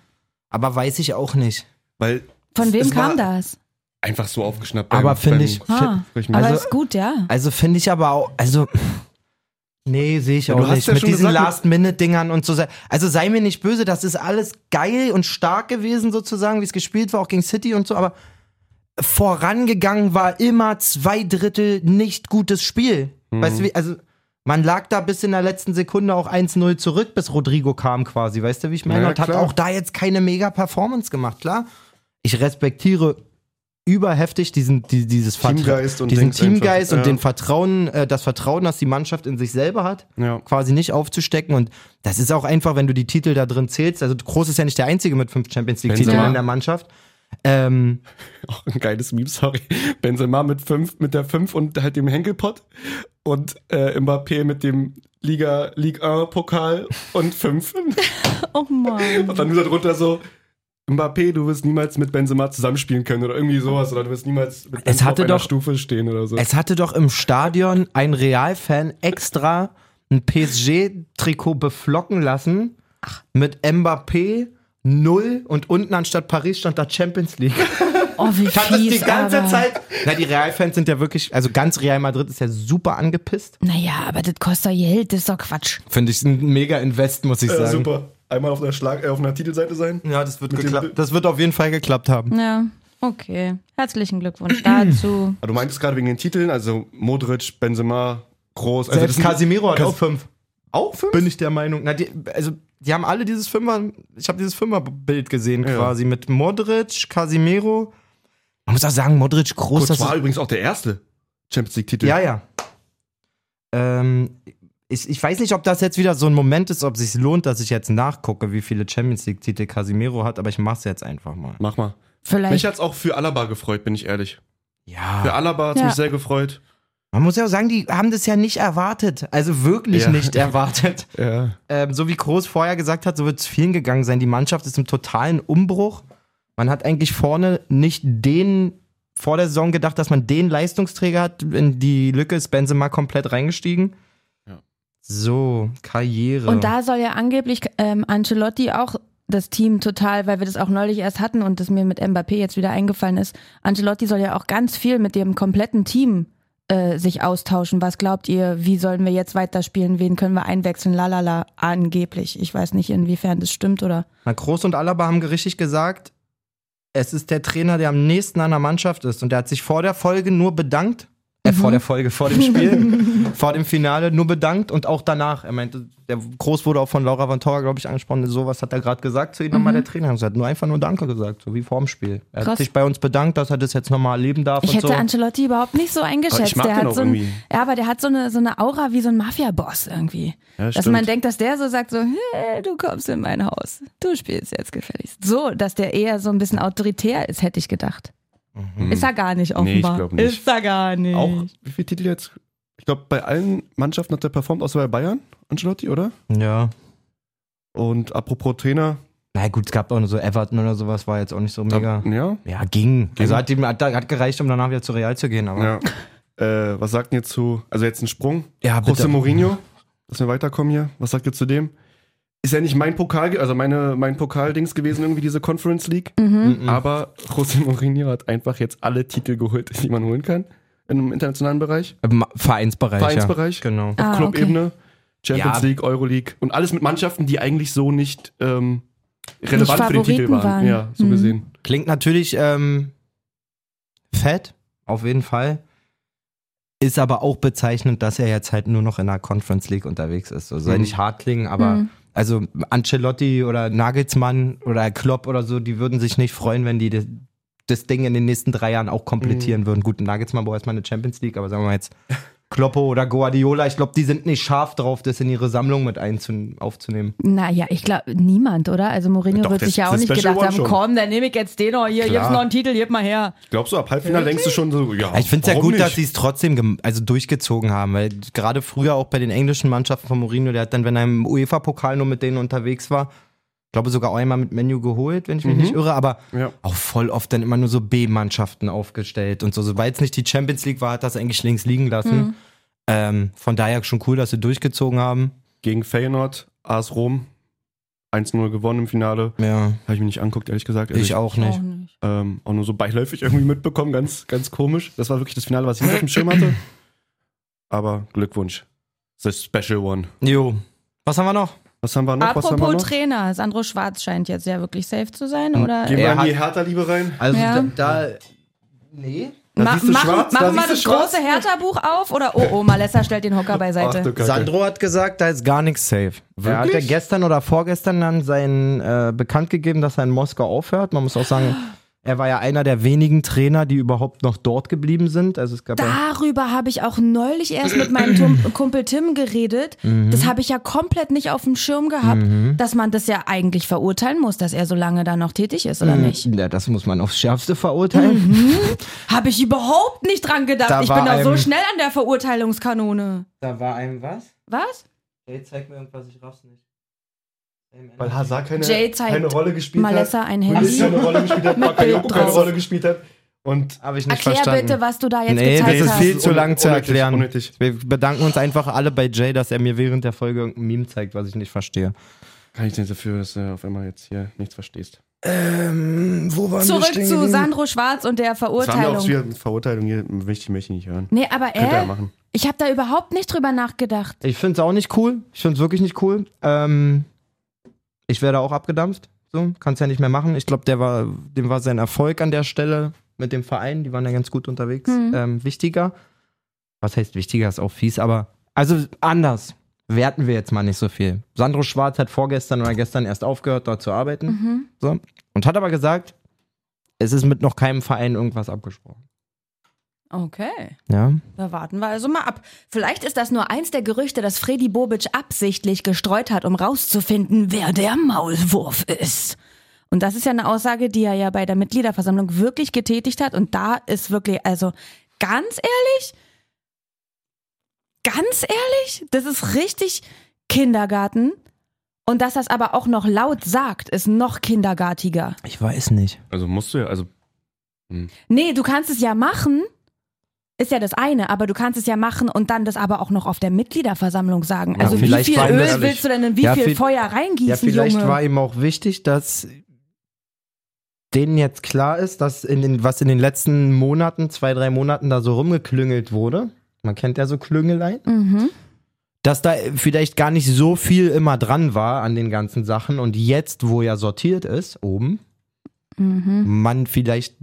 Aber weiß ich auch nicht. Weil Von Es- wem es war- kam das? einfach so aufgeschnappt. Aber finde beim ich- Ah, Sprechen. aber Also- ist gut, ja. Also finde ich aber auch, also. Nee, sehe ich Ja, auch du hast nicht. ja mit schon diesen gesagt, mit- Last-Minute-Dingern und so. Also sei mir nicht böse, das ist alles geil und stark gewesen, sozusagen, wie es gespielt war, auch gegen City und so, aber vorangegangen war immer zwei Drittel nicht gutes Spiel. Mhm. Weißt du, wie, also man lag da bis in der letzten Sekunde auch 1-0 zurück, bis Rodrigo kam quasi, weißt du, wie ich meine? Ja, und hat klar. auch da jetzt keine mega Performance gemacht, klar. Ich respektiere überheftig diesen, die, dieses Vertra- Teamgeist und diesen Dings einfach. Teamgeist und Ja. den Vertrauen, äh, das Vertrauen, das die Mannschaft in sich selber hat, Ja. quasi nicht aufzustecken. Und das ist auch einfach, wenn du die Titel da drin zählst. Also Groß ist ja nicht der Einzige mit fünf Champions League-Titeln Benzema. in der Mannschaft. Ähm, Auch ein geiles Meme, sorry. Benzema mit fünf, mit der 5 und halt dem Henkelpott und äh, Mbappé mit dem Liga League 1 Pokal und 5. Oh Und Mann. dann nur darunter so Mbappé, du wirst niemals mit Benzema zusammenspielen können oder irgendwie sowas oder du wirst niemals mit Benzema hatte auf einer doch- Stufe stehen oder so. es hatte doch im Stadion ein Real-Fan extra ein PSG-Trikot beflocken lassen mit Mbappé. Null und unten anstatt Paris stand da Champions League. Oh, wie Ich hatte es die fies, ganze aber. Zeit. Na, die Real-Fans sind ja wirklich, also ganz Real Madrid ist ja super angepisst. Naja, aber das kostet doch Geld, das ist doch Quatsch. Finde ich ein mega Invest, muss ich ja, sagen. super. Einmal auf einer Schlag äh, auf einer Titelseite sein. Ja, das wird Mit dem geklappt. Bi- Das wird auf jeden Fall geklappt haben. Ja, okay. Herzlichen Glückwunsch dazu. Aber du meintest gerade wegen den Titeln, also Modric, Benzema, Groß, also Selbst das sind- Casemiro hat Cas- auch fünf. auch fünf? Bin ich der Meinung. Na, die, also, die haben alle dieses Fünfer, ich habe dieses Fünferbild gesehen Ja. quasi mit Modric, Casemiro. Man muss auch sagen, Modric groß. Kurz Das war ist, übrigens auch der erste Champions League Titel. ja, ja. Ähm, ich, ich weiß nicht, ob das jetzt wieder so ein Moment ist, ob es sich lohnt, dass ich jetzt nachgucke, wie viele Champions League-Titel Casemiro hat, aber ich mach's jetzt einfach mal. Mach mal. Mich Vielleicht. hat's auch für Alaba gefreut, bin ich ehrlich. Ah. Ja. Für Alaba hat's Ja. mich sehr gefreut. Man muss ja auch sagen, die haben das ja nicht erwartet. Also wirklich Ja. nicht erwartet. Ja. ähm, so wie Groß vorher gesagt hat, so wird es vielen gegangen sein. Die Mannschaft ist im totalen Umbruch. Man hat eigentlich vorne nicht den vor der Saison gedacht, dass man den Leistungsträger hat. In die Lücke ist Benzema komplett reingestiegen. Ja. So, Karriere. Und da soll ja angeblich ähm, Ancelotti auch das Team total, weil wir das auch neulich erst hatten und das mir mit Mbappé jetzt wieder eingefallen ist. Ancelotti soll ja auch ganz viel mit dem kompletten Team äh, sich austauschen. Was glaubt ihr, wie sollen wir jetzt weiterspielen? Wen können wir einwechseln? Lalala, angeblich. Ich weiß nicht, inwiefern das stimmt oder. Na, Groß und Alaba haben richtig gesagt, es ist der Trainer, der am nächsten an der Mannschaft ist. Und der hat sich vor der Folge nur bedankt. Äh, Mhm. vor der Folge, vor dem Spiel, vor dem Finale nur bedankt und auch danach. Er meinte, der Groß wurde auch von Laura Van Tor, glaube ich, angesprochen. Sowas hat er gerade gesagt zu ihm nochmal der Trainer. Er hat nur einfach nur Danke gesagt, so wie vorm Spiel. Er hat Mhm. Krass. sich bei uns bedankt, dass er das jetzt nochmal erleben darf Ich und hätte so. Ancelotti überhaupt nicht so Aber eingeschätzt. ich mag der den hat auch so ein, irgendwie. ja, aber der hat so eine, so eine Aura wie so ein Mafia-Boss irgendwie. Ja, dass stimmt. man denkt, dass der so sagt, so, hey, du kommst in mein Haus, du spielst jetzt gefälligst. So, dass der eher so ein bisschen autoritär ist, hätte ich gedacht. Mhm. Ist er gar nicht offenbar. Hm. ich glaub nicht. Ist er gar nicht. Mhm. Auch wie viele Titel jetzt? Ich glaube, bei allen Mannschaften hat er performt, außer bei Bayern, Ancelotti, oder? ja. Und apropos Trainer, Na gut, es gab auch nur so Everton oder sowas, war jetzt auch nicht so mega. ja. Ja, ging. Also hat, ihm, hat, hat gereicht, um danach wieder zu Real zu gehen. Aber ja. äh, was sagt ihr zu, also jetzt ein Sprung, Ja, José Mourinho, dass wir weiterkommen hier, was sagt ihr zu dem? Ist ja nicht mein Pokal, also meine, mein Pokaldings gewesen, irgendwie diese Conference League, Mhm. Mhm. Mhm. aber José Mourinho hat einfach jetzt alle Titel geholt, die man holen kann, im internationalen Bereich, Ähm, Vereinsbereich. Vereinsbereich. Ja. Genau. Ah, auf Club-Ebene, Champions Ja. League, Euroleague und alles mit Mannschaften, die eigentlich so nicht ähm, relevant Nicht für den Titel Favoriten waren. waren. Ja, so Mhm. gesehen. Klingt natürlich ähm, fett, auf jeden Fall. Ist aber auch bezeichnend, dass er jetzt halt nur noch in der Conference League unterwegs ist. So soll Mhm. nicht hart klingen, aber Mhm. also Ancelotti oder Nagelsmann oder Klopp oder so, die würden sich nicht freuen, wenn die das, das Ding in den nächsten drei Jahren auch komplettieren würden. Gut, Nagelsmann braucht erstmal eine Champions League, aber sagen wir mal jetzt Kloppo oder Guardiola, ich glaube, die sind nicht scharf drauf, das in ihre Sammlung mit einzu- aufzunehmen. Naja, ich glaube, niemand, oder? Also Mourinho Doch, wird das- sich ja auch das nicht Special gedacht One haben, schon. komm, dann nehme ich jetzt den noch hier, Klar. gib's noch einen Titel, gib mal her. Ich glaube so, ab Halbfinale denkst du schon so, ja. Ich finde es ja warum gut, dass nicht? sie es trotzdem gem- also durchgezogen haben, weil gerade früher auch bei den englischen Mannschaften von Mourinho, der hat dann, wenn er im UEFA-Pokal nur mit denen unterwegs war, glaube sogar einmal mit Menu geholt, wenn ich mich nicht irre, aber Ja. auch voll oft dann immer nur so B-Mannschaften aufgestellt und so. Sobald es nicht die Champions League war, hat das eigentlich links liegen lassen. Ähm, von daher schon cool, dass sie durchgezogen haben. Gegen Feyenoord, AS Rom, 1-0 gewonnen im Finale. Ja, Habe ich mir nicht anguckt, ehrlich gesagt. Also ich auch nicht. Ähm, auch nur so beiläufig irgendwie mitbekommen, ganz, ganz komisch. Das war wirklich das Finale, was ich nicht auf dem Schirm hatte. Aber Glückwunsch. The Special One. Jo. Was haben wir noch? Was haben wir noch? was haben wir Apropos noch? Trainer, Sandro Schwarz scheint jetzt ja wirklich safe zu sein, oder? Gehen Er wir an die hat- Hertha-Liebe rein. Also Ja. da, da. Nee. Da Ma siehst du machen schwarz, da machen wir siehst du das schwarz. große Hertha-Buch auf oder oh oh, Malessa stellt den Hocker Ach du beiseite. Kacke. Sandro hat gesagt, da ist gar nichts safe. Er hat ja Wirklich? gestern oder vorgestern dann sein äh, bekannt gegeben, dass er in Moskau aufhört. Man muss auch sagen, er war ja einer der wenigen Trainer, die überhaupt noch dort geblieben sind. Also es gab ja, Darüber habe ich auch neulich erst mit meinem Tum Kumpel Tim geredet. Mhm. Das habe ich ja komplett nicht auf dem Schirm gehabt, dass man das ja eigentlich verurteilen muss, dass er so lange da noch tätig ist, Mhm. oder nicht? Hm, Mhm. ja, das muss man aufs Schärfste verurteilen. Habe ich überhaupt nicht dran gedacht. Da ich war bin auch so einem- schnell an der Verurteilungskanone. Da war einem was? Was? Hey, zeig mir irgendwas, ich raff's nicht. Weil Hazard keine, Jay zeigt keine Rolle gespielt Malessa hat. ein Pulisic Handy. keine Rolle gespielt hat. Bakayoko Bild keine drauf. Rolle gespielt hat. Und Habe ich nicht Erklär verstanden. bitte, was du da jetzt nee, das gezeigt ist hast. viel zu lang zu Unnötig, erklären. unnötig. Wir bedanken uns einfach alle bei Jay, dass er mir während der Folge irgendein Meme zeigt, was ich nicht verstehe. kann ich denn dafür, dass du auf einmal jetzt hier nichts verstehst? Ähm, Wo waren Zurück zu Sandro Schwarz und der Das haben wir auch Verurteilung. wieder mit Verurteilung hier. Möchte ich, möchte ich nicht hören. Nee, aber Könnte er er, machen. ich habe da überhaupt nicht drüber nachgedacht. Ich finde es auch nicht cool. Ich finde es wirklich nicht cool. Ähm, ich werde auch abgedampft. So, kannst ja nicht mehr machen. Ich glaube, der war, dem war sein Erfolg an der Stelle mit dem Verein. Die waren ja ganz gut unterwegs. Ähm, wichtiger. Was heißt wichtiger? Ist auch fies, aber also anders. Werten wir jetzt mal nicht so viel. Sandro Schwarz hat vorgestern oder gestern erst aufgehört, dort zu arbeiten. So. Und hat aber gesagt, es ist mit noch keinem Verein irgendwas abgesprochen. Okay, Ja. da warten wir also mal ab. Vielleicht ist das nur eins der Gerüchte, das Freddy Bobic absichtlich gestreut hat, um rauszufinden, wer der Maulwurf ist. Und das ist ja eine Aussage, die er ja bei der Mitgliederversammlung wirklich getätigt hat. Und da ist wirklich, also ganz ehrlich, ganz ehrlich, das ist richtig Kindergarten. Und dass das aber auch noch laut sagt, ist noch kindergartiger. Ich weiß nicht. Also musst du ja, also Nee, du kannst es ja machen. Ist ja das eine, aber du kannst es ja machen und dann das aber auch noch auf der Mitgliederversammlung sagen. Also wie vielleicht viel war Öl ihm das- willst du denn in wie Ja, viel viel- Feuer reingießen, Ja, vielleicht Junge? war ihm auch wichtig, dass denen jetzt klar ist, dass in den, was in den letzten Monaten, zwei, drei Monaten da so rumgeklüngelt wurde. Man kennt ja so Klüngeleien. mhm. Dass da vielleicht gar nicht so viel immer dran war an den ganzen Sachen und jetzt, wo ja sortiert ist, oben, Mhm. man vielleicht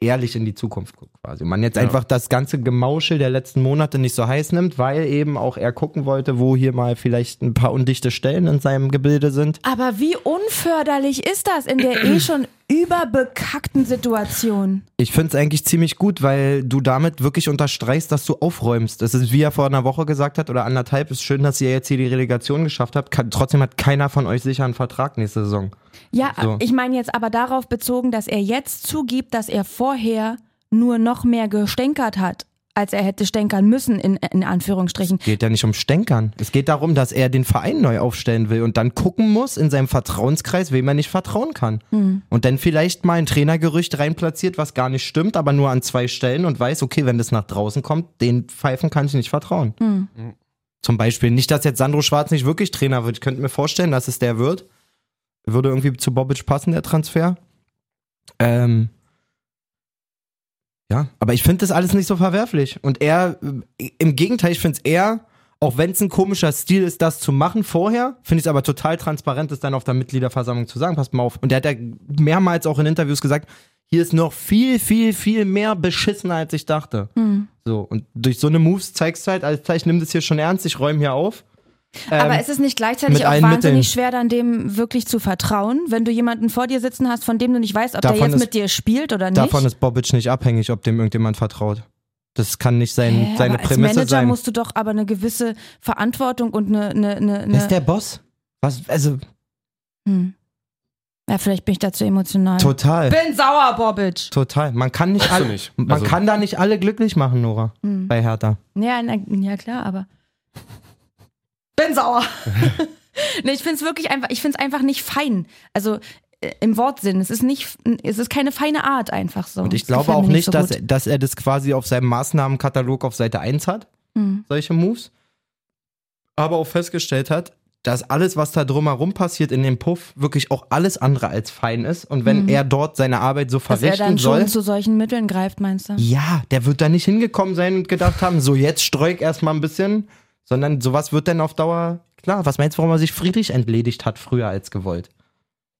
ehrlich in die Zukunft guckt quasi. Man jetzt Ja. einfach das ganze Gemauschel der letzten Monate nicht so heiß nimmt, weil eben auch er gucken wollte, wo hier mal vielleicht ein paar undichte Stellen in seinem Gebilde sind. Aber wie unförderlich ist das in der eh schon überbekackten Situation? Ich finde es eigentlich ziemlich gut, weil du damit wirklich unterstreichst, dass du aufräumst. Es ist, wie er vor einer Woche gesagt hat oder anderthalb, ist schön, dass ihr jetzt hier die Relegation geschafft habt. Kann, trotzdem hat keiner von euch sicher einen Vertrag nächste Saison. Ja, So. ich meine jetzt aber darauf bezogen, dass er jetzt zugibt, dass er vorher nur noch mehr gestänkert hat, als er hätte stänkern müssen, in, in Anführungsstrichen. Geht ja nicht um Stänkern. Es geht darum, dass er den Verein neu aufstellen will und dann gucken muss in seinem Vertrauenskreis, wem er nicht vertrauen kann. Und dann vielleicht mal ein Trainergerücht reinplatziert, was gar nicht stimmt, aber nur an zwei Stellen und weiß, okay, wenn das nach draußen kommt, den Pfeifen kann ich nicht vertrauen. Zum Beispiel. Nicht, dass jetzt Sandro Schwarz nicht wirklich Trainer wird. Ich könnte mir vorstellen, dass es der wird. Würde irgendwie zu Bobic passen, der Transfer. Ähm. Ja, aber ich finde das alles nicht so verwerflich. Und er, äh, im Gegenteil, ich finde es eher, auch wenn es ein komischer Stil ist, das zu machen vorher, finde ich es aber total transparent, das dann auf der Mitgliederversammlung zu sagen. Passt mal auf. Und er hat ja mehrmals auch in Interviews gesagt, hier ist noch viel, viel, viel mehr beschissen, als ich dachte. So, und durch so eine Moves zeigst du halt, als Zeichen, nimm das hier schon ernst, ich räume hier auf. Aber ist es nicht Ähm, gleichzeitig mit auch allen wahnsinnig Mitteln. schwer, dann dem wirklich zu vertrauen, wenn du jemanden vor dir sitzen hast, von dem du nicht weißt, ob der Davon jetzt ist- mit dir spielt oder nicht? Davon ist Bobic nicht abhängig, ob dem irgendjemand vertraut. Das kann nicht sein, Hä, seine Äh, aber als Prämisse Manager sein. musst du doch aber eine gewisse Verantwortung und eine. eine, eine, Wer ist eine der Boss? Was, also, hm. Ja, vielleicht bin ich dazu emotional. total. bin sauer, Bobic. Total. Man kann nicht Kannst du alle, nicht. man Also- kann da nicht alle glücklich machen, Nora, Hm. bei Hertha. Ja, na, ja, klar, aber. Bin sauer. Nee, ich finde es wirklich einfach, ich finde es einfach nicht fein. Also äh, im Wortsinn. Es ist nicht, es ist keine feine Art einfach so. Und ich Das glaube gefällt auch mir nicht, so dass, gut. dass er das quasi auf seinem Maßnahmenkatalog auf Seite 1 hat, Hm. solche Moves. Aber auch festgestellt hat, dass alles, was da drumherum passiert in dem Puff, wirklich auch alles andere als fein ist. Und wenn er dort seine Arbeit so Hm. dass er verrichten dann soll. schon zu solchen Mitteln greift, meinst du? ja, der wird da nicht hingekommen sein und gedacht haben, so jetzt streuk erstmal ein bisschen, sondern sowas wird dann auf Dauer klar. Was meinst du, warum er sich Friedrich entledigt hat, früher als gewollt?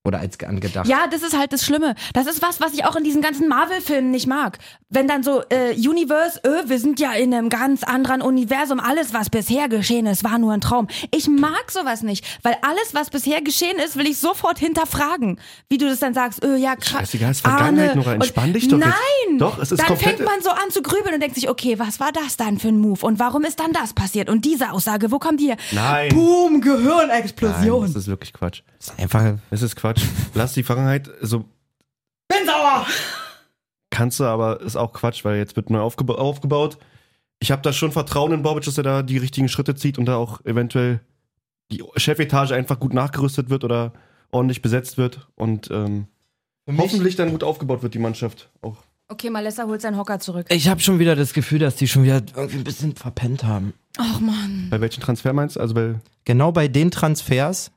Oder als angedacht? Ja, das ist halt das Schlimme. Das ist was, was ich auch in diesen ganzen Marvel-Filmen nicht mag. Wenn dann so, äh, Universe, äh, wir sind ja in einem ganz anderen Universum. Alles, was bisher geschehen ist, war nur ein Traum. Ich mag sowas nicht, weil alles, was bisher geschehen ist, will ich sofort hinterfragen. Wie du das dann sagst, äh, ja, krass. Scheißegal, ist Vergangenheit, Arne. Nora, Und- entspann dich doch jetzt. Nein! Doch, es ist Dann komplett- fängt man so an zu grübeln und denkt sich, okay, was war das dann für ein Move? Und warum ist dann das passiert? Und diese Aussage, wo kommt die her? Nein. Boom, Nein, Gehirnexplosion. das ist wirklich Quatsch. Einfach Das ist Quatsch. Lass die Vergangenheit so. Bin sauer! Kannst du, aber ist auch Quatsch, weil jetzt wird neu aufgeba aufgebaut. Ich habe da schon Vertrauen in Bobic, dass er da die richtigen Schritte zieht und da auch eventuell die Chefetage einfach gut nachgerüstet wird oder ordentlich besetzt wird und ähm, hoffentlich dann gut aufgebaut wird, die Mannschaft auch. Okay, Malessa holt seinen Hocker zurück. Ich habe schon wieder das Gefühl, dass die schon wieder irgendwie ein bisschen verpennt haben. Och Mann. Bei welchem Transfer meinst du? Also bei Genau bei den Transfers,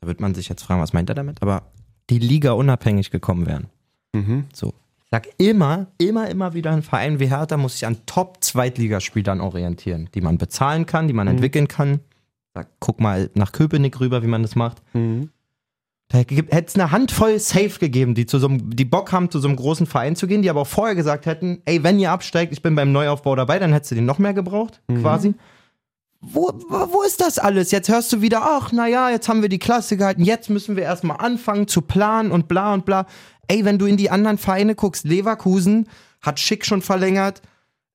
da wird man sich jetzt fragen, was meint er damit, aber die Liga unabhängig gekommen wären. mhm. So. Ich sag immer, immer, immer wieder ein Verein wie Hertha muss sich an Top-Zweitligaspielern orientieren, die man bezahlen kann, die man entwickeln kann. Sag, guck mal nach Köpenick rüber, wie man das macht. Mhm. Da hätte es eine Handvoll safe gegeben, die, zu so einem, die Bock haben, zu so einem großen Verein zu gehen, die aber auch vorher gesagt hätten, ey, wenn ihr absteigt, ich bin beim Neuaufbau dabei, dann hättest du den noch mehr gebraucht, quasi. Wo, wo wo ist das alles? Jetzt hörst du wieder, ach, naja, jetzt haben wir die Klasse gehalten, jetzt müssen wir erstmal anfangen zu planen und bla und bla. Ey, wenn du in die anderen Vereine guckst, Leverkusen hat Schick schon verlängert,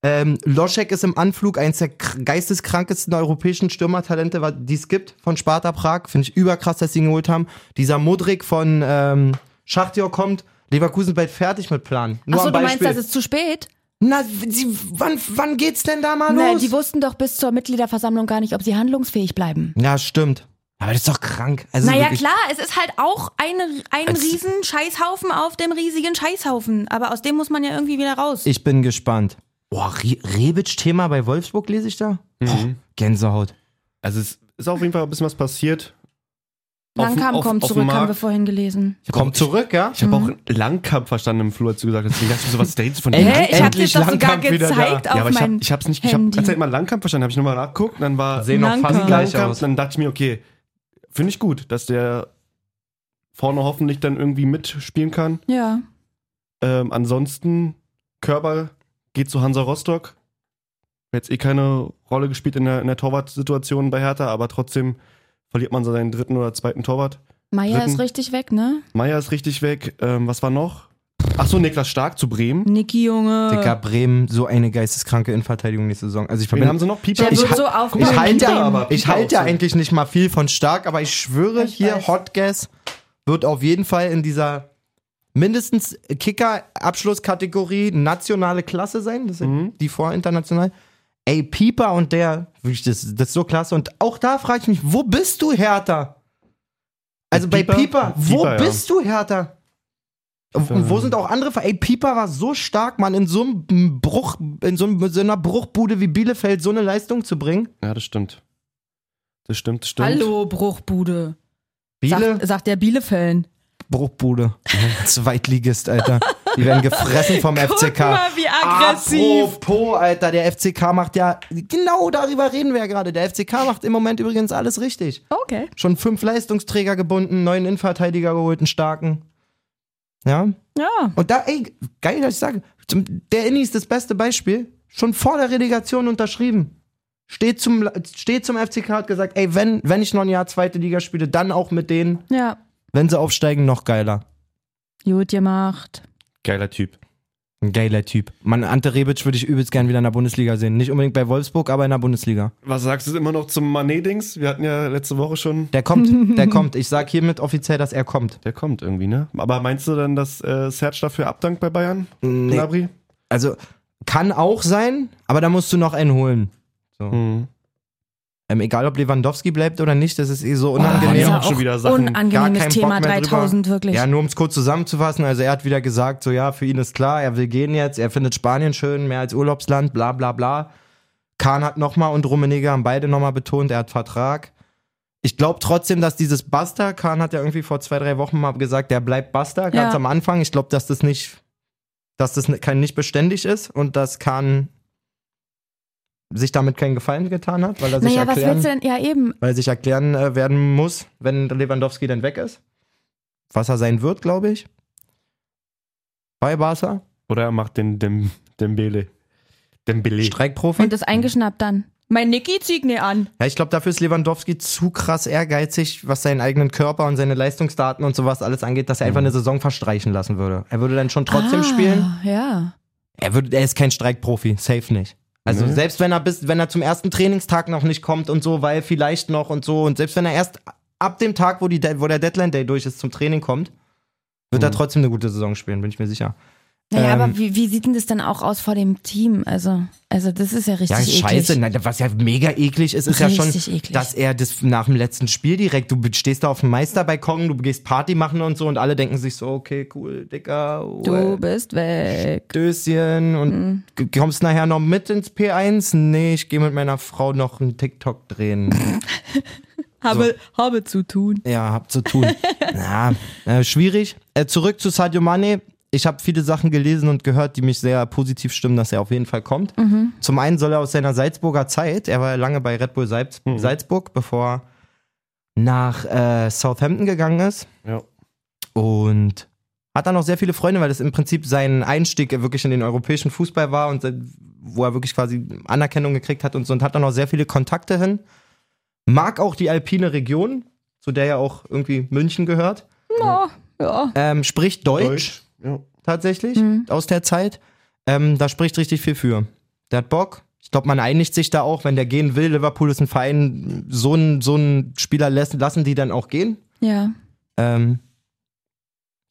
ähm, Loschek ist im Anflug, eins der kr- geisteskrankesten europäischen Stürmertalente, wa- die es gibt, von Sparta Prag. Finde ich überkrass, dass sie ihn geholt haben. Dieser Modric von ähm, Schachtyor kommt. Leverkusen ist bald fertig mit Plan. Nur Achso, am du meinst, Beispiel. das ist zu spät? Na, w- sie, wann, wann geht's denn da mal Nein, los? die wussten doch bis zur Mitgliederversammlung gar nicht, ob sie handlungsfähig bleiben. ja, stimmt. Aber das ist doch krank. Also Naja, wirklich, klar, es ist halt auch eine, ein riesen Scheißhaufen auf dem riesigen Scheißhaufen. Aber aus dem muss man ja irgendwie wieder raus. Ich bin gespannt. Boah, Re Rebic-Thema bei Wolfsburg lese ich da? Boah, Gänsehaut. Also es ist auf jeden Fall ein bisschen was passiert. Langkamp auf- kommt auf dem zurück, haben Markt. wir vorhin gelesen. Ich hab Kommt auch- zurück, ja? Ich habe auch Langkamp verstanden im Flur, als du gesagt hast. Ich dachte mir so, was ist der jetzt von Endlich- Langkamp? Hä? Ich hab's endlich jetzt doch sogar Langkamp wieder da. gezeigt Ja, auf aber ich, hab, mein ich hab's nicht, ich hab Handy. ganze Zeit mal Langkamp verstanden, habe ich nochmal nachgeguckt, dann war Sehen noch fast Nanka. gleich Langkamp, aus. dann dachte ich mir, okay, finde ich gut, dass der vorne hoffentlich dann irgendwie mitspielen kann. Ja. Ähm, ansonsten, Körber geht zu Hansa Rostock. Hat Jetzt eh keine Rolle gespielt in der, in der Torwartsituation bei Hertha, aber trotzdem verliert man seinen dritten oder zweiten Torwart. Meier Dritten. ist richtig weg, ne? Meier ist richtig weg. Ähm, was war noch? Achso, Niklas Stark zu Bremen. Niki, Junge. Digga, Bremen, so eine geisteskranke Innenverteidigung nächste Saison. Also ich Wen verbinde- haben sie noch? Pieper? Der Ich wird ha- so Ich aufgebaut. halte Pieper ja, aber, ich Pieper halte auch ja so. eigentlich nicht mal viel von stark, aber ich schwöre Ich hier, weiß. Hot Gas wird auf jeden Fall in dieser mindestens Kicker-Abschlusskategorie nationale Klasse sein, das sind Mhm. die vor international. Ey, Pieper und der, wirklich, das, das ist so klasse. Und auch da frage ich mich, wo bist du, Hertha? Also bei Pieper? Pieper, wo Pieper, ja. ähm, bist du, Hertha? Und wo sind auch andere Vereine? Ey, Pieper war so stark, Mann, in so einem Bruch, in so, einem, so einer Bruchbude wie Bielefeld so eine Leistung zu bringen. Ja, das stimmt. Das stimmt, das stimmt. Hallo, Bruchbude. Biele, Sagt, sagt der Bielefällen. Bruchbude. Zweitligist, Alter. Die werden gefressen vom Guck mal, FCK. wie aggressiv. Apropos, Alter, der FCK macht ja, genau darüber reden wir ja gerade. Der FCK macht im Moment übrigens alles richtig. Okay. Schon fünf Leistungsträger gebunden, neun Innenverteidiger geholt, einen starken. Ja, Ja. Und da, ey, geil, dass ich sage, zum, der Inni ist das beste Beispiel. Schon vor der Relegation unterschrieben. Steht zum, steht zum FCK, hat gesagt, ey, wenn, wenn ich noch ein Jahr zweite Liga spiele, dann auch mit denen. Ja. Wenn sie aufsteigen, noch geiler. Gut gemacht. Geiler Typ. Ein geiler Typ. Mann, Ante Rebic würde ich übelst gern wieder in der Bundesliga sehen. Nicht unbedingt bei Wolfsburg, aber in der Bundesliga. Was sagst du immer noch zum Manet-Dings? Wir hatten ja letzte Woche schon. Der kommt, der kommt. Ich sag hiermit offiziell, dass er kommt. Der kommt irgendwie, ne? Aber meinst du dann, dass äh, Serge dafür abdankt bei Bayern? Nee. Gnabry? Also, kann auch sein, aber da musst du noch einen holen. So. Mhm. Ähm, egal, ob Lewandowski bleibt oder nicht, das ist eh Oh, so nee, unangenehm. auch schon wieder Sachen, gar unangenehmes keinen Thema, Bock mehr 3000 drüber. wirklich. Ja, nur um es kurz zusammenzufassen, also er hat wieder gesagt, so ja, für ihn ist klar, er will gehen jetzt, er findet Spanien schön, mehr als Urlaubsland, bla bla bla. Kahn hat nochmal und Rummenigge haben beide nochmal betont, er hat Vertrag. Ich glaube trotzdem, dass dieses Basta, Kahn hat ja irgendwie vor zwei, drei Wochen mal gesagt, der bleibt Basta, ganz Ja. am Anfang. Ich glaube, dass das nicht, dass das ne-, kein nicht beständig ist und dass Kahn sich damit keinen Gefallen getan hat, weil er sich naja, was erklären willst du denn? Ja, eben. weil sich erklären äh, werden muss, wenn Lewandowski dann weg ist. Was er sein wird, glaube ich. Bei Barca. Oder er macht den Dem, Dembele. Dembele. Streikprofi. Und das eingeschnappt dann. Mein Niki zieht mir an. Ja, ich glaube, dafür ist Lewandowski zu krass ehrgeizig, was seinen eigenen Körper und seine Leistungsdaten und sowas alles angeht, dass er einfach eine Saison verstreichen lassen würde. Er würde dann schon trotzdem ah, spielen. Ja. Er, würde, er ist kein Streikprofi, safe nicht. Also Nee. selbst wenn er bis, wenn er zum ersten Trainingstag noch nicht kommt und so, weil vielleicht noch und so, und selbst wenn er erst ab dem Tag, wo, die De wo der Deadline Day durch ist, zum Training kommt, wird er trotzdem eine gute Saison spielen, bin ich mir sicher. Naja, Ähm, aber wie, wie sieht denn das dann auch aus vor dem Team? Also, also das ist ja richtig Ja, scheiße, ne? eklig. nein, was ja mega eklig ist, ist ja Richtig schon, eklig. dass er das nach dem letzten Spiel direkt, du stehst da auf dem Meisterbalkon, du gehst Party machen und so und alle denken sich so, okay, cool, Dicker, Du bist weg. Döschen und g- kommst nachher noch mit ins P1? Nee, ich gehe mit meiner Frau noch einen TikTok drehen. Habe, habe zu tun. ja, hab zu tun. Na, äh, schwierig. Äh, zurück zu Sadio Mane. Ich habe viele Sachen gelesen und gehört, die mich sehr positiv stimmen, dass er auf jeden Fall kommt. Zum einen soll er aus seiner Salzburger Zeit, er war ja lange bei Red Bull Salz Salzburg, bevor er nach äh, Southampton gegangen ist. Ja. Und hat dann auch sehr viele Freunde, weil das im Prinzip sein Einstieg wirklich in den europäischen Fußball war und sein- wo er wirklich quasi Anerkennung gekriegt hat und so und hat dann auch sehr viele Kontakte hin. Mag auch die alpine Region, zu der ja auch irgendwie München gehört. Ja. ja. Ähm, spricht Deutsch, Ja. tatsächlich aus der Zeit. Ähm, da spricht richtig viel für. Der hat Bock. Ich glaube, man einigt sich da auch, wenn der gehen will. Liverpool ist ein Verein, so einen so einen Spieler lassen, lassen die dann auch gehen. Ja. Ähm,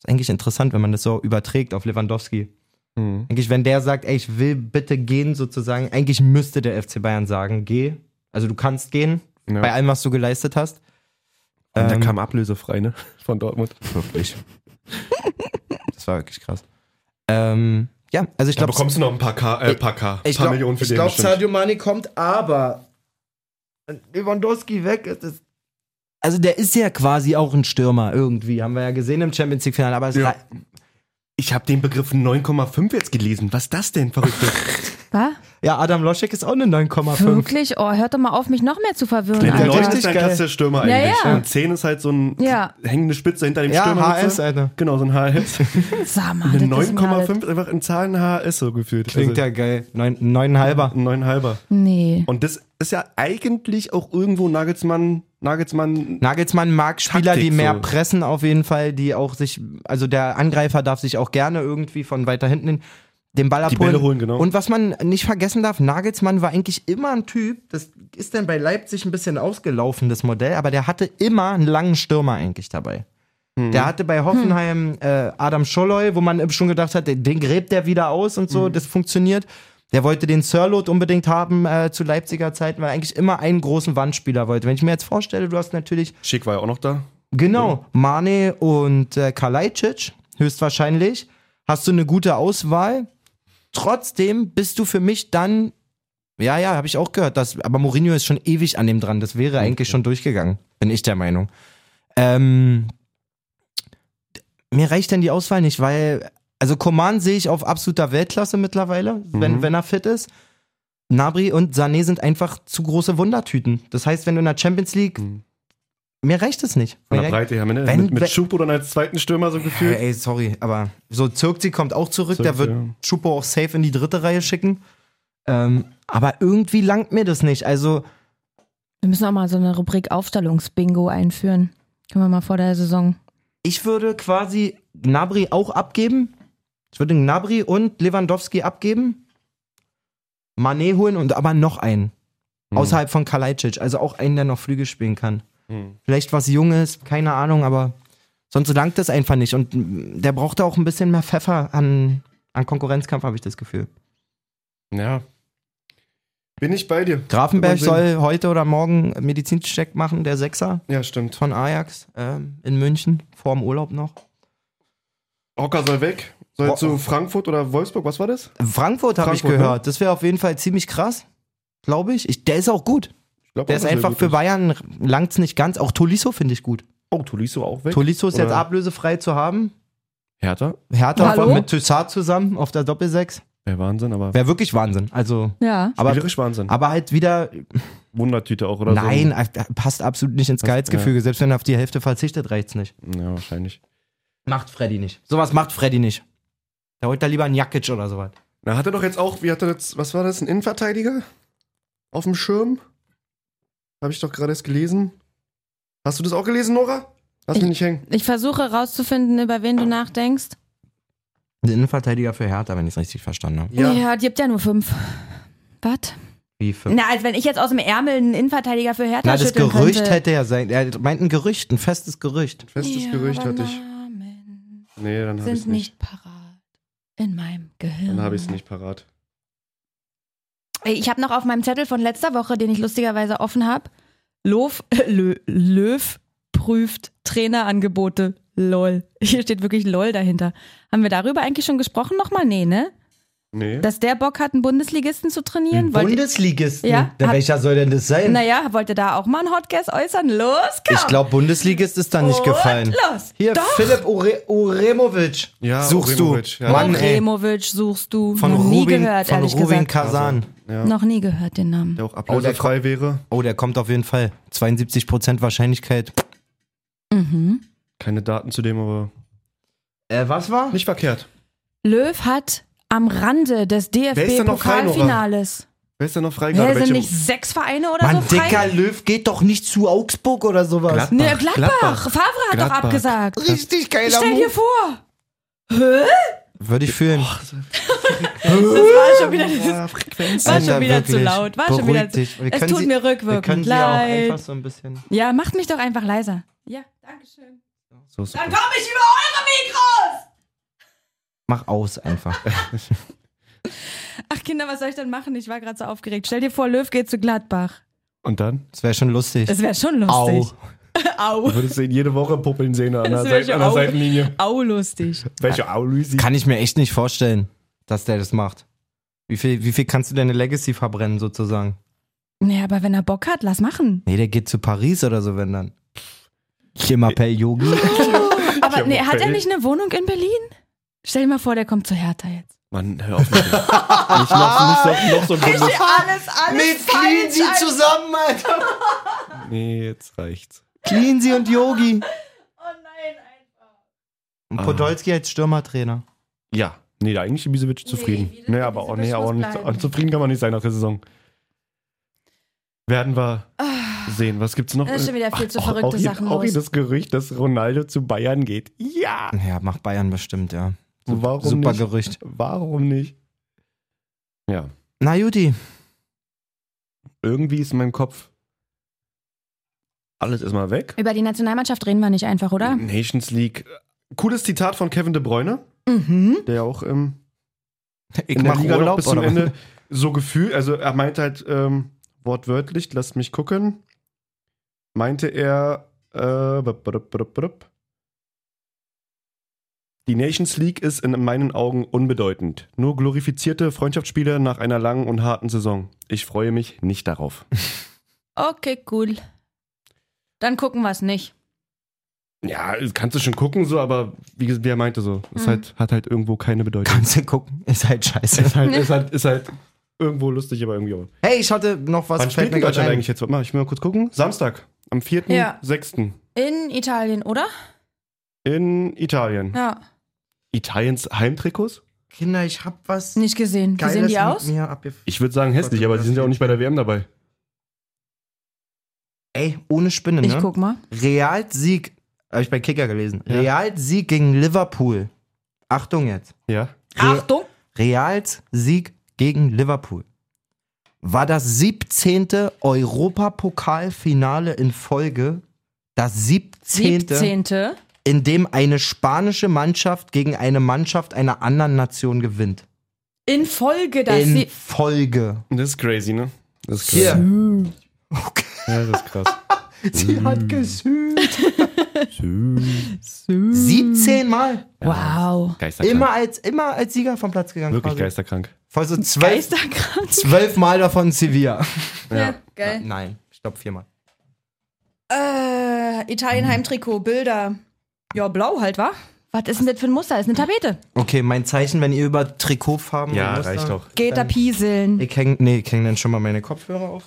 ist eigentlich interessant, wenn man das so überträgt auf Lewandowski. Mhm. Eigentlich, wenn der sagt, ey, ich will bitte gehen, sozusagen, eigentlich müsste der FC Bayern sagen, geh. Also du kannst gehen, Ja. bei allem, was du geleistet hast. Und der Ähm, kam ablösefrei, ne? Von Dortmund. Wirklich. das war wirklich krass. Ähm, ja, also ich Da glaube, bekommst du noch ein paar K, äh, Ich- paar, K, ich paar Millionen für den glaube, bestimmt. Sadio Mane kommt, aber wenn Lewandowski weg ist. ist also der ist ja quasi auch ein Stürmer irgendwie, haben wir ja gesehen im Champions League Finale. Aber es Ja. rei- Ich habe den Begriff 9,5 jetzt gelesen. Was ist das denn, verrückte? Was? Ja, Adam Loschek ist auch eine 9,5. Wirklich? Oh, hört doch mal auf, mich noch mehr zu verwirren. Ja, Neun richtig Alter. ist ein geil. klassischer halt Stürmer Ja, eigentlich. ja. Und 10 ist halt so ein Ja. hängende Spitze hinter dem Ja, Stürmer. HS, weißt du? Alter. Genau, so ein HS. Sag mal, Eine das ist mir alles- 9,5 ist einfach in Zahlen HS so gefühlt. Also Klingt ja geil. Neun, neuneinhalber. Ein neuneinhalber. Nee. Und das ist ja eigentlich auch irgendwo Nagelsmann, Nagelsmann, Nagelsmann mag Spieler, Taktik die mehr so. pressen auf jeden Fall, die auch sich, also der Angreifer darf sich auch gerne irgendwie von weiter hinten hin den Ball abholen. Bälle holen, genau. Und was man nicht vergessen darf, Nagelsmann war eigentlich immer ein Typ, das ist dann bei Leipzig ein bisschen ausgelaufen, das Modell, aber der hatte immer einen langen Stürmer eigentlich dabei. Mhm. Der hatte bei Hoffenheim äh, Adam Scholloy, wo man schon gedacht hat, den, den gräbt der wieder aus und Mhm. so, das funktioniert. Der wollte den Sirlot unbedingt haben äh, zu Leipziger Zeiten, weil er eigentlich immer einen großen Wandspieler wollte. Wenn ich mir jetzt vorstelle, du hast natürlich Schick war ja auch noch da. Genau, Mane und äh, Kalajdzic höchstwahrscheinlich. Hast du eine gute Auswahl? Trotzdem bist du für mich dann, ja, ja, habe ich auch gehört, dass, aber Mourinho ist schon ewig an dem dran. Das wäre Mhm. eigentlich schon durchgegangen, bin ich der Meinung. Ähm, mir reicht denn die Auswahl nicht, weil, also Coman sehe ich auf absoluter Weltklasse mittlerweile, Mhm. wenn, wenn er fit ist. Nabri und Sané sind einfach zu große Wundertüten. Das heißt, wenn du in der Champions League, mir reicht es nicht. Mhm. Von Mir der reicht- Breite her, ne? Wenn- mit, wenn- mit Schub oder als zweiten Stürmer so ja, gefühlt. Äh, ey, sorry, aber so Zirkzi kommt auch zurück, der Zirkzee, wird ja. Schupo auch safe in die dritte Reihe schicken. Ähm, aber irgendwie langt mir das nicht. Also, Wir müssen auch mal so eine Rubrik Aufstellungsbingo einführen. Können wir mal vor der Saison. ich würde quasi Gnabry auch abgeben. Ich würde Gnabry und Lewandowski abgeben. Mané holen und aber noch einen. Hm. Außerhalb von Kalajdzic. Also auch einen, der noch Flügel spielen kann. Hm. Vielleicht was Junges, keine Ahnung, aber sonst langt das einfach nicht. Und mm, der braucht da auch ein bisschen mehr Pfeffer an, an Konkurrenzkampf, habe ich das Gefühl. Ja. Bin ich bei dir. Grafenberg Macht Sinn. soll heute oder morgen einen Medizincheck machen, der Sechser Ja, stimmt. von Ajax ähm, in München, vor dem Urlaub noch. Hocker soll weg. Soll Ho- zu Frankfurt oder Wolfsburg, was war das? Frankfurt ne? habe ich Frankfurt, gehört. Das wäre auf jeden Fall ziemlich krass, glaube ich. ich. Der ist auch gut. Ich glaub, Der auch, ist dass er einfach gut für Bayern langt's nicht ganz. Auch Tolisso finde ich gut. Oh, Tolisso auch weg. Tolisso ist jetzt Oder- ablösefrei zu haben. Hertha. Hertha Hallo? mit Tussard zusammen auf der Doppelsechs. Wäre Wahnsinn, aber. Wäre wirklich Wahnsinn. Also, Ja. aber, spielerisch Wahnsinn. aber halt wieder, Wundertüte auch, oder nein, äh, passt absolut nicht ins Gehaltsgefüge. Selbst wenn er auf die Hälfte verzichtet, reicht's nicht. so? Ja, wahrscheinlich. Macht Freddy nicht. Sowas macht Freddy nicht. Da holt er lieber einen Jakic oder sowas. Na, hat er doch jetzt auch, wie hat er jetzt, was war das, ein Innenverteidiger? Auf dem Schirm? Habe ich doch gerade erst gelesen. Hast du das auch gelesen, Nora? Lass mich Ich- nicht hängen. Ich versuche rauszufinden, über wen du nachdenkst. Der Innenverteidiger für Hertha, wenn ich es richtig verstanden habe. Ja. Ja, es gibt ja nur fünf. Was? Wie für Na, als wenn ich jetzt aus dem Ärmel einen Innenverteidiger für Hertha Na, das schütteln Gerücht könnte. hätte ja sein. Er meint ein Gerücht, ein festes Gerücht. Festes Ja, Gerücht aber hatte ich. Namen Nee, dann habe ich Sind nicht. nicht parat in meinem Gehirn. Dann habe ich es nicht parat. Ey, Ich habe noch auf meinem Zettel von letzter Woche, den ich lustigerweise offen habe, Löw, Lö, Löw prüft Trainerangebote. Lol. Hier steht wirklich LOL dahinter. Haben wir darüber eigentlich schon gesprochen nochmal? Nee, ne? Nee. Dass der Bock hat, einen Bundesligisten zu trainieren? Wollt ihr- Bundesligisten? Ja, Na, hat- welcher soll denn das sein? Naja, wollte da auch mal ein Hot Guess äußern? Los, komm! ich glaube, Bundesligist ist da nicht Und gefallen. los. Hier, Doch. Philipp Ure Uremovic. Ja, suchst Uremovic, du. ja. Mann, ey. Removic suchst du. Von Noch nie Rubin, gehört, von ehrlich Rubin gesagt. Kazan. Noch nie gehört den Namen. Der auch Oh, der ablösefrei wäre. Oh, der kommt auf jeden Fall. 72% Wahrscheinlichkeit. Mhm. Keine Daten zu dem, aber Äh, was war? nicht verkehrt. Löw hat am Rande des Wer ist denn noch frei, Nora? DFB-Pokalfinales. Wer ist denn noch frei Hä, gerade? sind Welche- nicht sechs Vereine oder Mann, so frei? dicker Löw geht doch nicht zu Augsburg oder sowas. Gladbach. Nee, Gladbach. Gladbach. Favre hat Gladbach. doch abgesagt. Richtig geiler Stell dir Move. vor. Hä? Würde ich fühlen. Das war schon wieder, dieses, Ah, Frequenz. war schon Alter, wieder zu wirklich. laut. War schon Beruhig wieder zu, dich. Wir es können tut sie- mir Wir können rückwirkend sie auch leid. einfach so ein bisschen. Ja, macht mich doch einfach leiser. Ja, danke schön. So, so. Dann komme ich über eure Mikros. Mach aus einfach. Ach Kinder, was soll ich denn machen? Ich war gerade so aufgeregt. Stell dir vor, Löw geht zu Gladbach. Und dann? Das wäre schon lustig. Das wäre schon Au. lustig. Au. Würdest du ihn jede Woche puppeln sehen an der, Das wär Seite, an schon der auch- Seitenlinie. Au lustig. Welche Aulüsi? Kann ich mir echt nicht vorstellen, dass der das macht. Wie viel, wie viel kannst du deine Legacy verbrennen sozusagen? Naja, aber wenn er Bock hat, lass machen. Nee, der geht zu Paris oder so, wenn dann. Chimapel Yogi. Aber hab nee, hat er Bock, nicht eine Wohnung in Berlin? Stell dir mal vor, der kommt zu Hertha jetzt. Mann, hör auf. mit dem. nicht noch, nicht noch, noch so ein Bundes Alles, alles. Mit Cleansy zusammen, Alter. Nee, jetzt reicht's. Cleansy und Yogi. Oh nein, Und Ah. Podolski als Stürmertrainer. Ja. Nee, da eigentlich Ibisevic zufrieden. Ibisevic- Nee, aber auch, nee, Ibisevic aber auch muss nicht bleiben. zufrieden kann man nicht sein nach der Saison. Werden wir sehen. Was gibt's noch? Ah. Das ist schon wieder viel zu verrückte auch, hier- Sachen Auch hier los. das Gerücht, dass Ronaldo zu Bayern geht. Ja. Ja, macht Bayern bestimmt, ja. Warum Super nicht? Gerücht. Warum nicht? Ja. Na, Juti. Irgendwie ist in meinem Kopf alles erstmal weg. Über die Nationalmannschaft reden wir nicht einfach, oder? Nations League. Cooles Zitat von Kevin De Bruyne, Mhm. der auch ähm, Ich in der mach Liga noch Urlaub bis zum oder Ende so gefühlt, also er meinte halt ähm, wortwörtlich, lasst mich gucken, meinte er, äh, bup, bup, bup, bup. die Nations League ist in meinen Augen unbedeutend. Nur glorifizierte Freundschaftsspiele nach einer langen und harten Saison. Ich freue mich nicht darauf. Okay, cool. Dann gucken wir es nicht. ja, kannst du schon gucken so, aber wie gesagt, wie er meinte so, es Mhm. halt, hat halt irgendwo keine Bedeutung. Kannst du gucken. Ist halt scheiße. ist halt, ist halt, ist halt irgendwo lustig, aber irgendwie auch. Hey, ich hatte noch was. Wann fällt spielt denn mir grad Deutschland ein. eigentlich jetzt? Warte mal, ich will mal kurz gucken. Samstag, am 4.6. Ja. sechsten In Italien, oder? in Italien. Ja. Italiens Heimtrikots? Kinder, ich hab was. Nicht gesehen. Wie sehen die Geiles aus? mit mir abgef- Ich würde sagen hässlich, aber sie sind ja auch nicht bei der WM dabei. Ey, ohne Spinne, ne? Ich guck mal. Real-Sieg, habe ich bei Kicker gelesen. Ja. Real-Sieg gegen Liverpool. Achtung jetzt. Ja. Achtung! Reals Sieg gegen Liverpool war das 17. Europapokalfinale in Folge. Das 17., 17. in dem eine spanische Mannschaft gegen eine Mannschaft einer anderen Nation gewinnt. In Folge, dass in sie. Folge. Das ist crazy, ne? Das ist krass. Hier. Ja, das ist krass. Sie hat gesüßt. 17 Mal. Wow. Geisterkrank. Immer Also, als, immer als Sieger vom Platz gegangen. Wirklich quasi. geisterkrank. Voll so zwölf, Geisterkrank. zwölf Mal davon Sevilla. Ja, geil. Nein, ich glaube viermal. Äh, Italien Heimtrikot, Bilder. Ja, blau halt, wa? Was ist denn das für ein Muster? Ist eine Tapete. Okay, mein Zeichen, wenn ihr über Trikotfarben Ja, und Muster- reicht doch. Geht da pieseln. Ich häng, nee, ich häng dann schon mal meine Kopfhörer auf.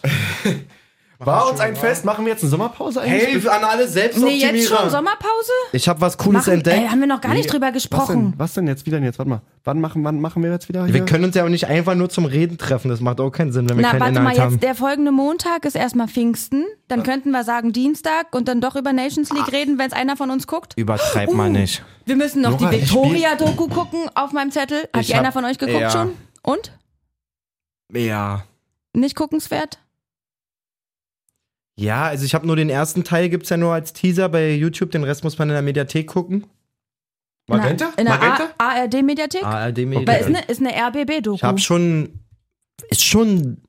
War uns ein Fest? Machen wir jetzt eine Sommerpause Hey, an alle Nee, jetzt schon Selbstoptimierer. Sommerpause? ich habe was Cooles Machen, entdeckt. ey, haben wir noch gar nicht drüber Was denn? gesprochen. Was denn jetzt? Wie denn jetzt? Warte mal. Wann machen, wann machen wir jetzt wieder? wir Hier? können uns ja auch nicht einfach nur zum Reden treffen. Das macht auch keinen Sinn, wenn wir Na, keinen warte Inhalt mal, jetzt haben. der folgende Montag ist erstmal Pfingsten. Dann könnten wir sagen Dienstag und dann doch über Nations Ah. League reden, wenn es einer von uns guckt. Übertreib mal nicht. Wir müssen noch Nora, die ich spiel- Victoria-Doku gucken auf meinem Zettel. Hat Ich die einer hab- von euch geguckt ja. schon? Und? Ja. Nicht guckenswert? Ja, also ich habe nur den ersten Teil, gibt's ja nur als Teaser bei YouTube. Den Rest muss man in der Mediathek gucken. Nein. In der Magenta? Ah, ARD-Mediathek? ARD Weil ist ne- Oh. Mediathek. eine, ist eine RBB-Doku. Ah, äh, Ich habe schon. Ist schon.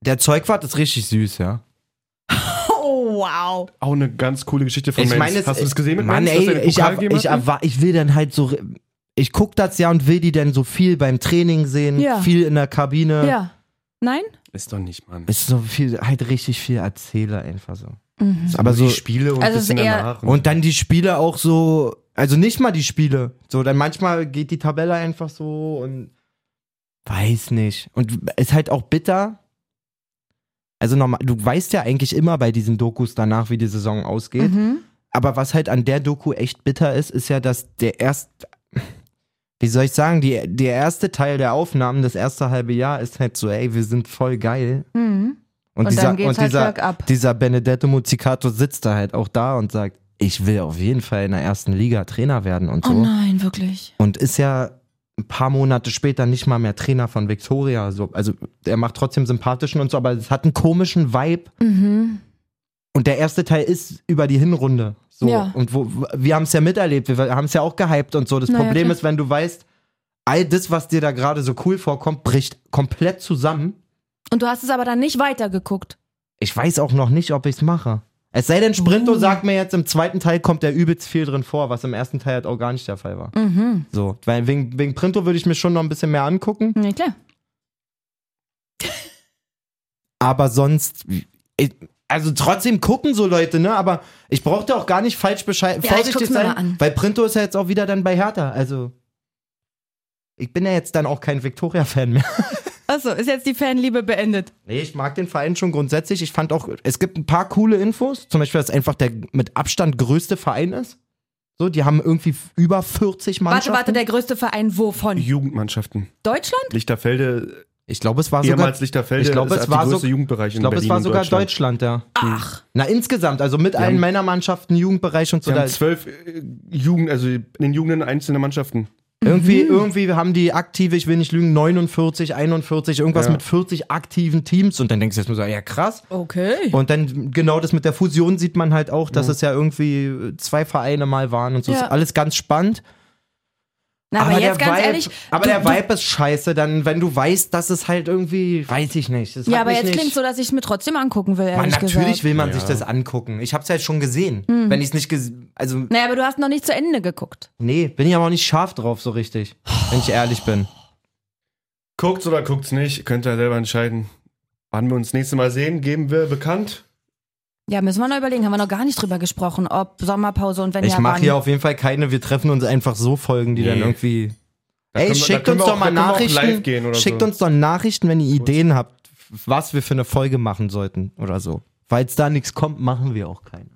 Der Zeugwart ist richtig süß, ja. Oh, wow. Auch eine ganz coole Geschichte von Menz. es- Hast du das gesehen mit Mann, Menz, dass er ey, den ich, Pokal erwa- gegeben ich, hat? erwa- ich will dann halt so. Ich guck das ja und will die dann so viel beim Training sehen, Ja. viel in der Kabine. Ja. Nein? Ist doch nicht, Mann. Ist so viel, halt richtig viel Erzähler einfach so. Aber so so- Spiele und Mhm. Also es bisschen ist eher- danach. Und dann die Spiele auch so, also nicht mal die Spiele. So, dann manchmal geht die Tabelle einfach so und weiß nicht. Und ist halt auch bitter. Also normal, du weißt ja eigentlich immer bei diesen Dokus danach, wie die Saison ausgeht. Mhm. Aber was halt an der Doku echt bitter ist, ist ja, dass der erst, wie soll ich sagen, die, der erste Teil der Aufnahmen, das erste halbe Jahr, ist halt so, ey, wir sind voll geil. Mhm. Und, Und dieser, dann geht's und halt dieser, bergab. dieser Benedetto Muzzicato sitzt da halt auch da und sagt, ich will auf jeden Fall in der ersten Liga Trainer werden und Oh so. nein, wirklich. und ist ja ein paar Monate später nicht mal mehr Trainer von Victoria. So. Also er macht trotzdem sympathischen und so, aber es hat einen komischen Vibe. Mhm. Und der erste Teil ist über die Hinrunde. So. Ja. Und wo, wir haben es ja miterlebt, wir haben es ja auch gehypt und so. Das Na ja, Problem klar. ist, wenn du weißt, all das, was dir da gerade so cool vorkommt, bricht komplett zusammen. Und du hast es aber dann nicht weitergeguckt. Ich weiß auch noch nicht, ob ich es mache. Es sei denn, Sprinto Mhm. sagt mir jetzt, im zweiten Teil kommt der übelst viel drin vor, was im ersten Teil halt auch gar nicht der Fall war. Mhm. So, weil wegen, wegen Printo würde ich mir schon noch ein bisschen mehr angucken. Ja, klar. Aber sonst, ich, also trotzdem gucken so Leute, ne? Aber ich brauchte auch gar nicht falsch Bescheid. Ja, ich vorsichtig guck's mir sein, mal an. weil Printo ist ja jetzt auch wieder dann bei Hertha. Also, ich bin ja jetzt dann auch kein Viktoria-Fan mehr. Achso, ist jetzt die Fanliebe beendet. Nee, ich mag den Verein schon grundsätzlich. Ich fand auch, es gibt ein paar coole Infos. Zum Beispiel, dass einfach der mit Abstand größte Verein ist. So, die haben irgendwie f- über 40 Warte, Mannschaften. warte, der größte Verein wovon? Jugendmannschaften. Deutschland? Lichterfelde, Ich glaube, es war sogar, ehemals Lichterfelde, ich glaube, ist es halt war die größte so- Jugendbereich ich glaube, in es Berlin war und sogar Deutschland. Deutschland, ja. Ach. Na, insgesamt, also mit allen haben- Männermannschaften, Jugendbereich und so. Sie Da, haben zwölf äh, Jugend, also in den Jugenden einzelne Mannschaften. irgendwie, irgendwie haben die aktive, ich will nicht lügen, 49, 41, irgendwas Ja. mit 40 aktiven Teams. Und dann denkst du jetzt nur so, ja krass. Okay. Und dann genau das mit der Fusion sieht man halt auch, dass es ja irgendwie zwei Vereine mal waren und so. Ja. Ist alles ganz spannend. Na, aber, jetzt der ganz Vibe, ehrlich. Aber du- der Vibe ist scheiße, dann, wenn du weißt, dass es halt irgendwie. Weiß ich nicht. Das du, ja, hat aber mich jetzt nicht- klingt so, dass ich es mir trotzdem angucken will, Man, ehrlich natürlich gesagt. Hm. will man sich das angucken. Ich hab's ja schon gesehen. Wenn ich's nicht gesehen. Also, Naja, aber du hast noch nicht zu Ende geguckt. nee, bin ich aber auch nicht scharf drauf, so richtig. Wenn ich ehrlich bin. Guckt's oder guckt's nicht, könnt ihr selber entscheiden. Wann wir uns das nächste Mal sehen, geben wir bekannt. Ja, müssen wir noch überlegen. Haben wir noch gar nicht drüber gesprochen, ob Sommerpause und wenn Ich ja, mache wann. hier auf jeden Fall keine, wir treffen uns einfach so Folgen, die dann Nee. irgendwie. Da Ey, können wir- schickt da können uns wir doch auch- mal da können wir auch Nachrichten. live gehen oder schickt so. uns doch Nachrichten, wenn ihr Ideen habt, was wir für eine Folge machen sollten oder so. Falls da nichts kommt, machen wir auch keine.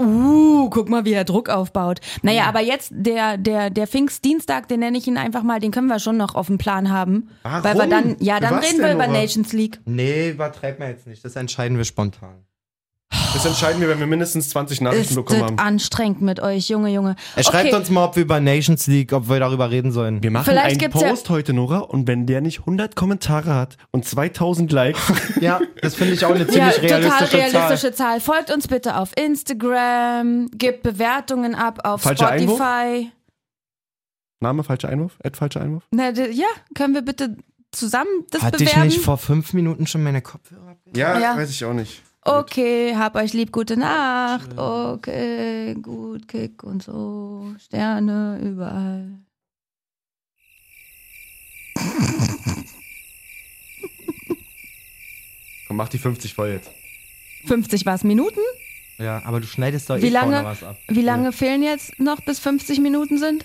Uh, guck mal, wie er Druck aufbaut. Naja, aber jetzt der, der, der Pfingstdienstag, den nenne ich ihn einfach mal, den können wir schon noch auf dem Plan haben. Warum? Weil wir dann, ja, dann Was reden wir denn, über Nora? Nations League. Nee, übertreibt mir jetzt nicht. Das entscheiden wir spontan. Das entscheiden wir, wenn wir mindestens 20 Nachrichten Ist das bekommen haben. anstrengend mit euch, Junge, Junge. Er schreibt uns mal, ob wir über Nations League, ob wir darüber reden sollen. Wir machen Vielleicht einen gibt's ja- Post heute, Nora, und wenn der nicht 100 Kommentare hat und 2000 Likes, Ja, das finde ich auch eine ja, ziemlich total realistische, realistische Zahl. Folgt uns bitte auf Instagram, gebt Bewertungen ab auf Falscher Einwurf? Spotify. Name falscher Einwurf, Ad falscher Einwurf. Na, d- ja, können wir bitte zusammen das Hatte ich bewerben? nicht vor fünf Minuten schon meine Kopfhörer abgenommen? Ja, Ja. weiß ich auch nicht. okay, hab euch lieb, gute Nacht. Okay, gut, Kick und so. Sterne überall. Komm, mach die 50 voll jetzt. 50 war's Minuten? Ja, aber du schneidest doch Wie eh vorne lange, was ab. wie lange fehlen jetzt noch, bis 50 Minuten sind?